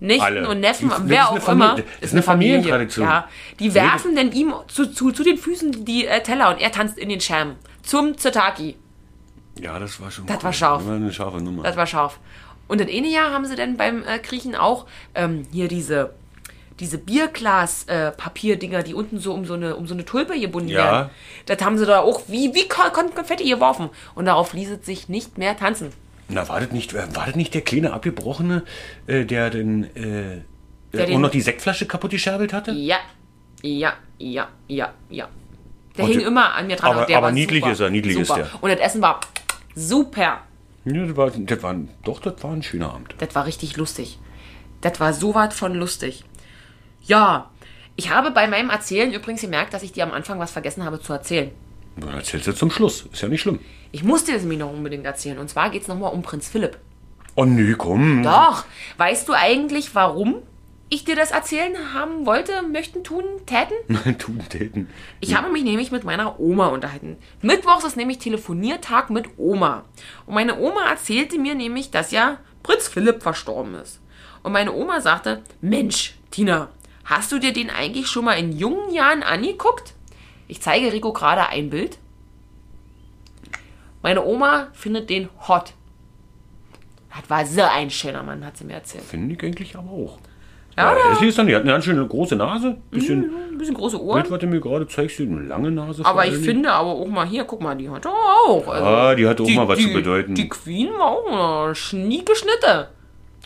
Speaker 2: Nichten
Speaker 1: Alle.
Speaker 2: und Neffen,
Speaker 1: Das ist
Speaker 2: wer
Speaker 1: eine
Speaker 2: auch
Speaker 1: Familie-
Speaker 2: immer.
Speaker 1: das ist eine Familientradition.
Speaker 2: Ja, die werfen dann ihm zu, zu, zu den Füßen die äh, Teller und er tanzt in den Scherben. Zum Zetaki.
Speaker 1: Ja, das war schon.
Speaker 2: Das
Speaker 1: cool.
Speaker 2: war scharf.
Speaker 1: Das war eine scharfe Nummer.
Speaker 2: Das war scharf. Und in einem Jahr haben sie dann beim äh, Kriechen auch ähm, hier diese, diese Bierglas-Papierdinger, die unten so um so eine, um so eine Tulpe gebunden
Speaker 1: Ja.
Speaker 2: werden. Das haben sie da auch wie, wie Kon- Kon- Konfetti geworfen. Und darauf ließ es sich nicht mehr tanzen.
Speaker 1: Na, war das nicht, äh, war das nicht der kleine Abgebrochene, äh, der den, äh,
Speaker 2: Der
Speaker 1: äh,
Speaker 2: den-
Speaker 1: und noch die Sektflasche kaputt gescherbelt hatte?
Speaker 2: Ja, ja, ja, ja, ja. Der
Speaker 1: Und
Speaker 2: hing
Speaker 1: die-
Speaker 2: immer an mir dran.
Speaker 1: aber-
Speaker 2: und der
Speaker 1: aber
Speaker 2: war
Speaker 1: niedlich
Speaker 2: super,
Speaker 1: ist er, niedlich ist
Speaker 2: super.
Speaker 1: der.
Speaker 2: Und das Essen war super.
Speaker 1: Ja, das war, das war, ein- doch, das war ein schöner Abend.
Speaker 2: Das war richtig lustig. Das war so was von lustig. Ja, ich habe bei meinem Erzählen übrigens gemerkt, dass ich dir am Anfang was vergessen habe zu erzählen.
Speaker 1: Dann erzählst du zum Schluss. Ist ja nicht schlimm.
Speaker 2: Ich muss dir das nämlich noch unbedingt erzählen. Und zwar geht es nochmal um Prinz Philipp.
Speaker 1: Oh, nö, komm.
Speaker 2: Doch, weißt du eigentlich, warum ich dir das erzählen haben wollte, möchten, tun, täten?
Speaker 1: Tun, täten.
Speaker 2: Ich habe mich nämlich mit meiner Oma unterhalten. Mittwochs ist nämlich Telefoniertag mit Oma. Und meine Oma erzählte mir nämlich, dass ja Prinz Philipp verstorben ist. Und meine Oma sagte, Mensch, Tina, hast du dir den eigentlich schon mal in jungen Jahren angeguckt? Ich zeige Rico gerade ein Bild. Meine Oma findet den hot. Das war so ein schöner Mann, hat sie mir erzählt.
Speaker 1: Finde ich eigentlich aber auch.
Speaker 2: Ja,
Speaker 1: ja das ist dann, die hat eine ganz schöne große Nase. Bisschen,
Speaker 2: Ein bisschen große
Speaker 1: Bild,
Speaker 2: Ohren.
Speaker 1: was du mir gerade zeigst, eine lange Nase. vor
Speaker 2: Aber ich
Speaker 1: allen Dingen.
Speaker 2: finde aber auch mal hier, guck mal, die hat er auch. Also,
Speaker 1: Ah, die hatte auch mal was
Speaker 2: die,
Speaker 1: zu bedeuten.
Speaker 2: Die Queen war auch eine schnieke Schnitte.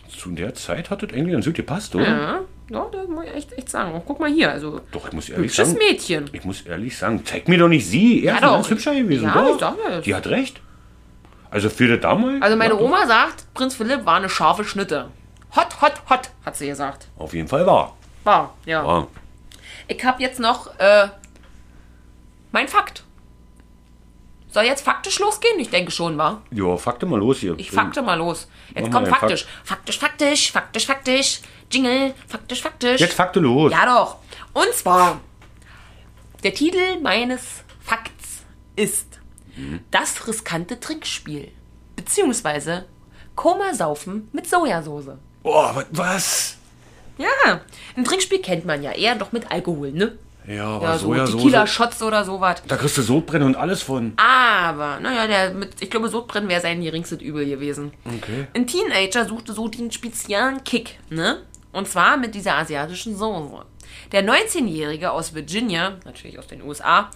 Speaker 1: Zu der Zeit hat das eigentlich ganz gut gepasst, oder?
Speaker 2: Ja, ja, das muss ich echt, echt sagen. Und guck mal hier, also
Speaker 1: Doch, ich muss ehrlich
Speaker 2: hübsches
Speaker 1: sagen.
Speaker 2: Mädchen.
Speaker 1: Ich muss ehrlich sagen, zeig mir doch nicht sie. Er
Speaker 2: Ja,
Speaker 1: ist ein
Speaker 2: doch.
Speaker 1: ganz hübscher gewesen.
Speaker 2: Ja,
Speaker 1: doch.
Speaker 2: ich sag ja jetzt.
Speaker 1: Die hat recht. Also für das damals.
Speaker 2: Also meine
Speaker 1: ja, doch.
Speaker 2: Oma sagt, Prinz Philipp war eine scharfe Schnitte. Hot, hot, hot, hat sie gesagt.
Speaker 1: Auf jeden Fall war.
Speaker 2: War, ja.
Speaker 1: Ah,
Speaker 2: Ich habe jetzt noch äh, mein Fakt. Soll jetzt faktisch losgehen? Ich denke schon, war.
Speaker 1: ja, fakte mal los hier.
Speaker 2: Ich fakte mal los. Jetzt
Speaker 1: Mach mal
Speaker 2: kommt
Speaker 1: den Fakt.
Speaker 2: faktisch. Faktisch, faktisch, faktisch, faktisch. Jingle, faktisch, faktisch.
Speaker 1: Jetzt fakte los.
Speaker 2: Ja doch. Und zwar, der Titel meines Fakts ist Das riskante Trinkspiel. Beziehungsweise Komasaufen mit Sojasauce.
Speaker 1: Oh, wa- was?
Speaker 2: Ja, ein Trinkspiel kennt man ja eher doch mit Alkohol, ne?
Speaker 1: Ja, aber
Speaker 2: Ja, so
Speaker 1: Sojasauce.
Speaker 2: Tequila-Shots oder sowas.
Speaker 1: Da kriegst du Sodbrennen und alles von.
Speaker 2: Aber, naja, der mit, ich glaube, Sodbrennen wäre sein geringstes Übel gewesen.
Speaker 1: Okay.
Speaker 2: Ein Teenager suchte so den speziellen Kick, ne? Und zwar mit dieser asiatischen Soße. Der 19-Jährige aus Virginia, natürlich aus den USA,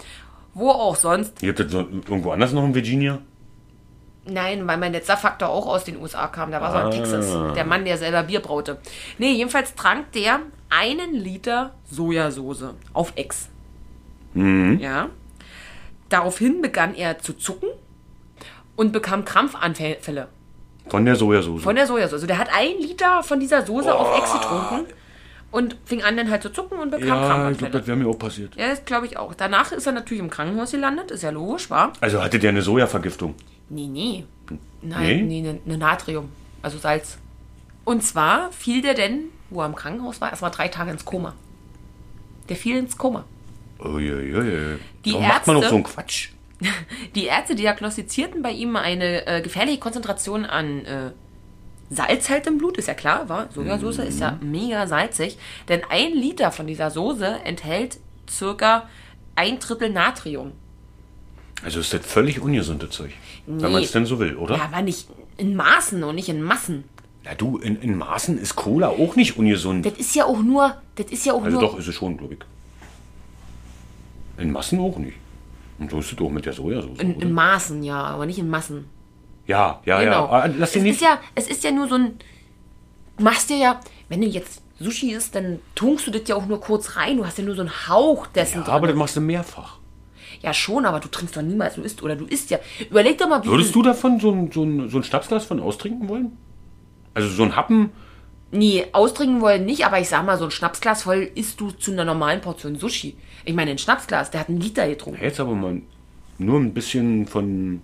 Speaker 2: wo auch sonst,
Speaker 1: Ihr habt das noch irgendwo anders noch in Virginia?
Speaker 2: nein, weil mein letzter Faktor auch aus den USA kam, da war so
Speaker 1: Ah.
Speaker 2: ein Texas, der Mann, der selber Bier braute. Nee, jedenfalls trank der einen Liter Sojasauce auf Ex.
Speaker 1: Mhm.
Speaker 2: Ja. Daraufhin begann er zu zucken und bekam Krampfanfälle.
Speaker 1: Von der Sojasauce.
Speaker 2: Von der Sojasauce. Also der hat ein Liter von dieser Soße auf Ex getrunken und fing an dann halt zu zucken und bekam
Speaker 1: ja, ich glaube,
Speaker 2: Krampfanfälle.
Speaker 1: das wäre mir auch passiert.
Speaker 2: ja, das glaube ich auch. Danach ist er natürlich im Krankenhaus gelandet, ist ja logisch, war?
Speaker 1: Also hatte der eine Sojavergiftung.
Speaker 2: Nee, nee. Nein,
Speaker 1: Nee?
Speaker 2: nee, ne, ne Natrium, also Salz. Und zwar fiel der denn, wo er im Krankenhaus war, erstmal drei Tage ins Koma. Der fiel ins Koma.
Speaker 1: Uiuiui.
Speaker 2: Die
Speaker 1: Warum macht man
Speaker 2: Ärzte-
Speaker 1: auch so einen Quatsch?
Speaker 2: Die Ärzte diagnostizierten bei ihm eine äh, gefährliche Konzentration an äh, Salz halt im Blut, ist ja klar, war. Sojasauce ist
Speaker 1: Mhm.
Speaker 2: ja mega salzig, denn ein Liter von dieser Soße enthält circa ein Drittel Natrium.
Speaker 1: Also ist das völlig ungesundes Zeug. Wenn man es denn so will, oder?
Speaker 2: Ja, aber nicht in Maßen und nicht in Massen.
Speaker 1: Na du, in, in Maßen ist Cola auch nicht ungesund.
Speaker 2: Das ist ja auch nur, das ist ja auch
Speaker 1: Also
Speaker 2: nur.
Speaker 1: doch, ist es schon, glaube ich. In Massen auch nicht. Und so ist es auch mit der Sojasauce,
Speaker 2: In, in
Speaker 1: oder?
Speaker 2: Maßen, ja, aber nicht in Massen.
Speaker 1: Ja, ja,
Speaker 2: Genau.
Speaker 1: ja. Ah, Lass
Speaker 2: es,
Speaker 1: den
Speaker 2: ist
Speaker 1: nicht...
Speaker 2: ja, es ist ja nur so ein. Du machst dir ja, wenn du jetzt Sushi isst, dann tunkst du das ja auch nur kurz rein. Du hast ja nur so einen Hauch dessen
Speaker 1: Ja,
Speaker 2: drin.
Speaker 1: aber das machst du mehrfach.
Speaker 2: Ja, schon, aber du trinkst doch niemals, du isst oder du isst ja. Überleg doch mal, wie.
Speaker 1: Würdest du davon so ein, so ein, so ein Schnapsglas von austrinken wollen? Also so ein Happen?
Speaker 2: Nee, austrinken wollen nicht, aber ich sag mal, so ein Schnapsglas voll isst du zu einer normalen Portion Sushi. Ich meine, ein Schnapsglas, der hat einen Liter getrunken.
Speaker 1: Jetzt aber mal nur ein bisschen von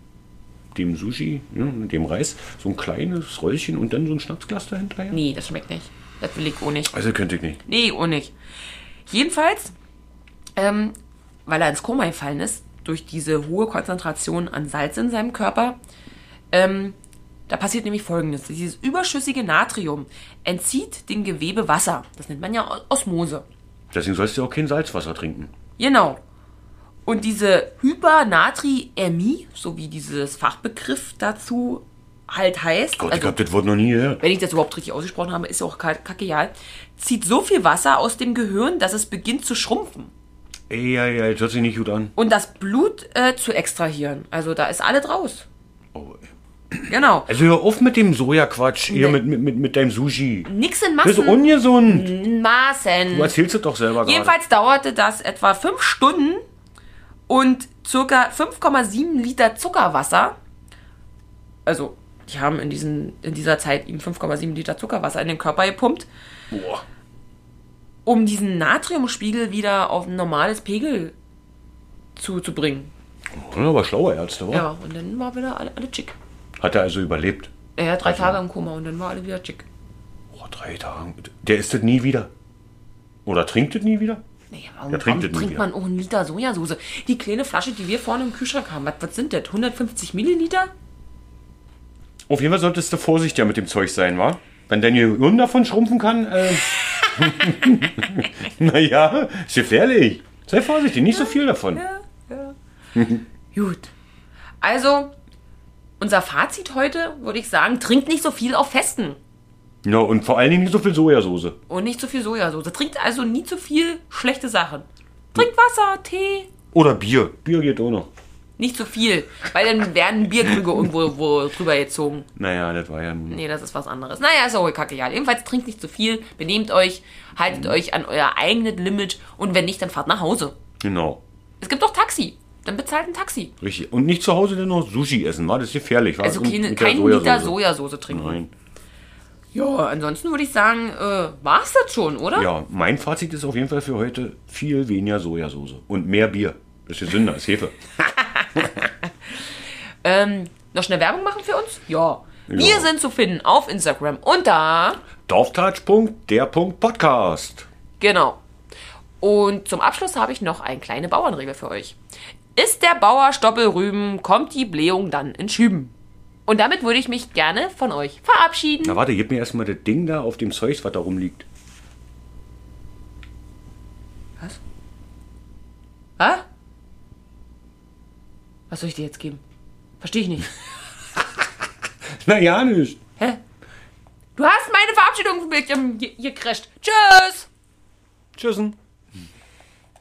Speaker 1: dem Sushi, ne, mit dem Reis, so ein kleines Röllchen und dann so ein Schnapsglas dahinter.
Speaker 2: Nee, das schmeckt nicht. Das will ich auch nicht.
Speaker 1: Also könnte ich nicht.
Speaker 2: Nee, auch nicht. Jedenfalls, ähm, weil er ins Koma gefallen ist, durch diese hohe Konzentration an Salz in seinem Körper, ähm, da passiert nämlich folgendes. Dieses überschüssige Natrium entzieht dem Gewebe Wasser. Das nennt man ja O- Osmose.
Speaker 1: Deswegen sollst du auch kein Salzwasser trinken.
Speaker 2: Genau. Und diese Hypernatriämie, so wie dieses Fachbegriff dazu halt heißt,
Speaker 1: Gott, ich
Speaker 2: also,
Speaker 1: glaub, das Wort noch nie gehört.
Speaker 2: wenn ich das überhaupt richtig ausgesprochen habe, ist ja auch ka- kacke, ja, zieht so viel Wasser aus dem Gehirn, dass es beginnt zu schrumpfen
Speaker 1: Ey, ja, ja, jetzt hört sich nicht gut an.
Speaker 2: und das Blut äh, zu extrahieren. Also da ist alles raus.
Speaker 1: Oh, ey.
Speaker 2: Genau.
Speaker 1: also hör auf mit dem Sojaquatsch hier
Speaker 2: Nee.
Speaker 1: mit, mit, mit, mit deinem Sushi.
Speaker 2: Nix in
Speaker 1: Das ist
Speaker 2: Massen.
Speaker 1: ungesund.
Speaker 2: In Maßen.
Speaker 1: Du erzählst es doch selber gerade.
Speaker 2: Jedenfalls dauerte das etwa fünf Stunden und circa 5,7 Liter Zuckerwasser. Also, die haben in, diesen, in dieser Zeit ihm 5,7 Liter Zuckerwasser in den Körper gepumpt,
Speaker 1: Boah.
Speaker 2: um diesen Natriumspiegel wieder auf ein normales Pegel zuzubringen.
Speaker 1: Das sind aber schlaue Ärzte, wa?
Speaker 2: Ja, und dann war wieder alle, alle chick.
Speaker 1: Hat er also überlebt.
Speaker 2: Ja, drei Tage im Koma und dann war alle wieder chick.
Speaker 1: Boah, drei Tage. Der isst das nie wieder. Oder trinkt das nie wieder?
Speaker 2: Naja, warum,
Speaker 1: Ja, trinkt
Speaker 2: warum
Speaker 1: das nie
Speaker 2: trinkt
Speaker 1: wieder.
Speaker 2: man auch einen Liter Sojasauce? Die kleine Flasche, die wir vorne im Kühlschrank haben, was, was sind das? 150 Milliliter?
Speaker 1: Auf jeden Fall solltest du vorsichtiger mit dem Zeug sein, wa? Wenn dein Gehirn davon schrumpfen kann, äh. naja, ist gefährlich. Sei vorsichtig, nicht so viel davon.
Speaker 2: Gut. Also, unser Fazit heute würde ich sagen, trinkt nicht so viel auf Festen
Speaker 1: Ja, und vor allen Dingen nicht so viel Sojasauce.
Speaker 2: und nicht zu viel Sojasauce. Trinkt also nie zu viel schlechte Sachen. Trinkt Wasser, Tee,
Speaker 1: Oder Bier. Bier geht auch noch.
Speaker 2: nicht zu viel, weil dann werden Bierkrüge irgendwo wo drüber gezogen.
Speaker 1: Naja, das war ja. ein-
Speaker 2: Nee, das ist was anderes. Naja, ist auch kacke, ja. Jedenfalls trinkt nicht zu viel, benehmt euch,
Speaker 1: Mhm.
Speaker 2: haltet euch an euer eigenes Limit und wenn nicht, dann fahrt nach Hause.
Speaker 1: Genau.
Speaker 2: Es gibt auch Taxi. Dann bezahlt ein Taxi.
Speaker 1: Richtig. Und nicht zu Hause denn noch Sushi essen, war das ist gefährlich, war
Speaker 2: Also keine, kein Liter Sojasauce trinken.
Speaker 1: Nein.
Speaker 2: Ja, ansonsten würde ich sagen, äh, war's das schon, oder?
Speaker 1: Ja, mein Fazit ist auf jeden Fall für heute viel weniger Sojasauce und mehr Bier. Das ist gesünder, ist Hefe.
Speaker 2: Ähm, noch schnell Werbung machen für uns? Ja. Wir
Speaker 1: Ja.
Speaker 2: sind zu finden auf Instagram unter.
Speaker 1: Dorftouch. Der Punkt Podcast.
Speaker 2: Genau. Und zum Abschluss habe ich noch eine kleine Bauernregel für euch. Ist der Bauer Stoppelrüben, kommt die Blähung dann in Schüben. Und damit würde ich mich gerne von euch verabschieden.
Speaker 1: Na warte, gib mir erstmal das Ding da auf dem Zeugs, was da rumliegt.
Speaker 2: Was? Hä? Was soll ich dir jetzt geben? Verstehe ich nicht.
Speaker 1: Na ja, nicht.
Speaker 2: Hä? Du hast meine Verabschiedung ge- ge- gecrashed. Tschüss!
Speaker 1: Tschüssen.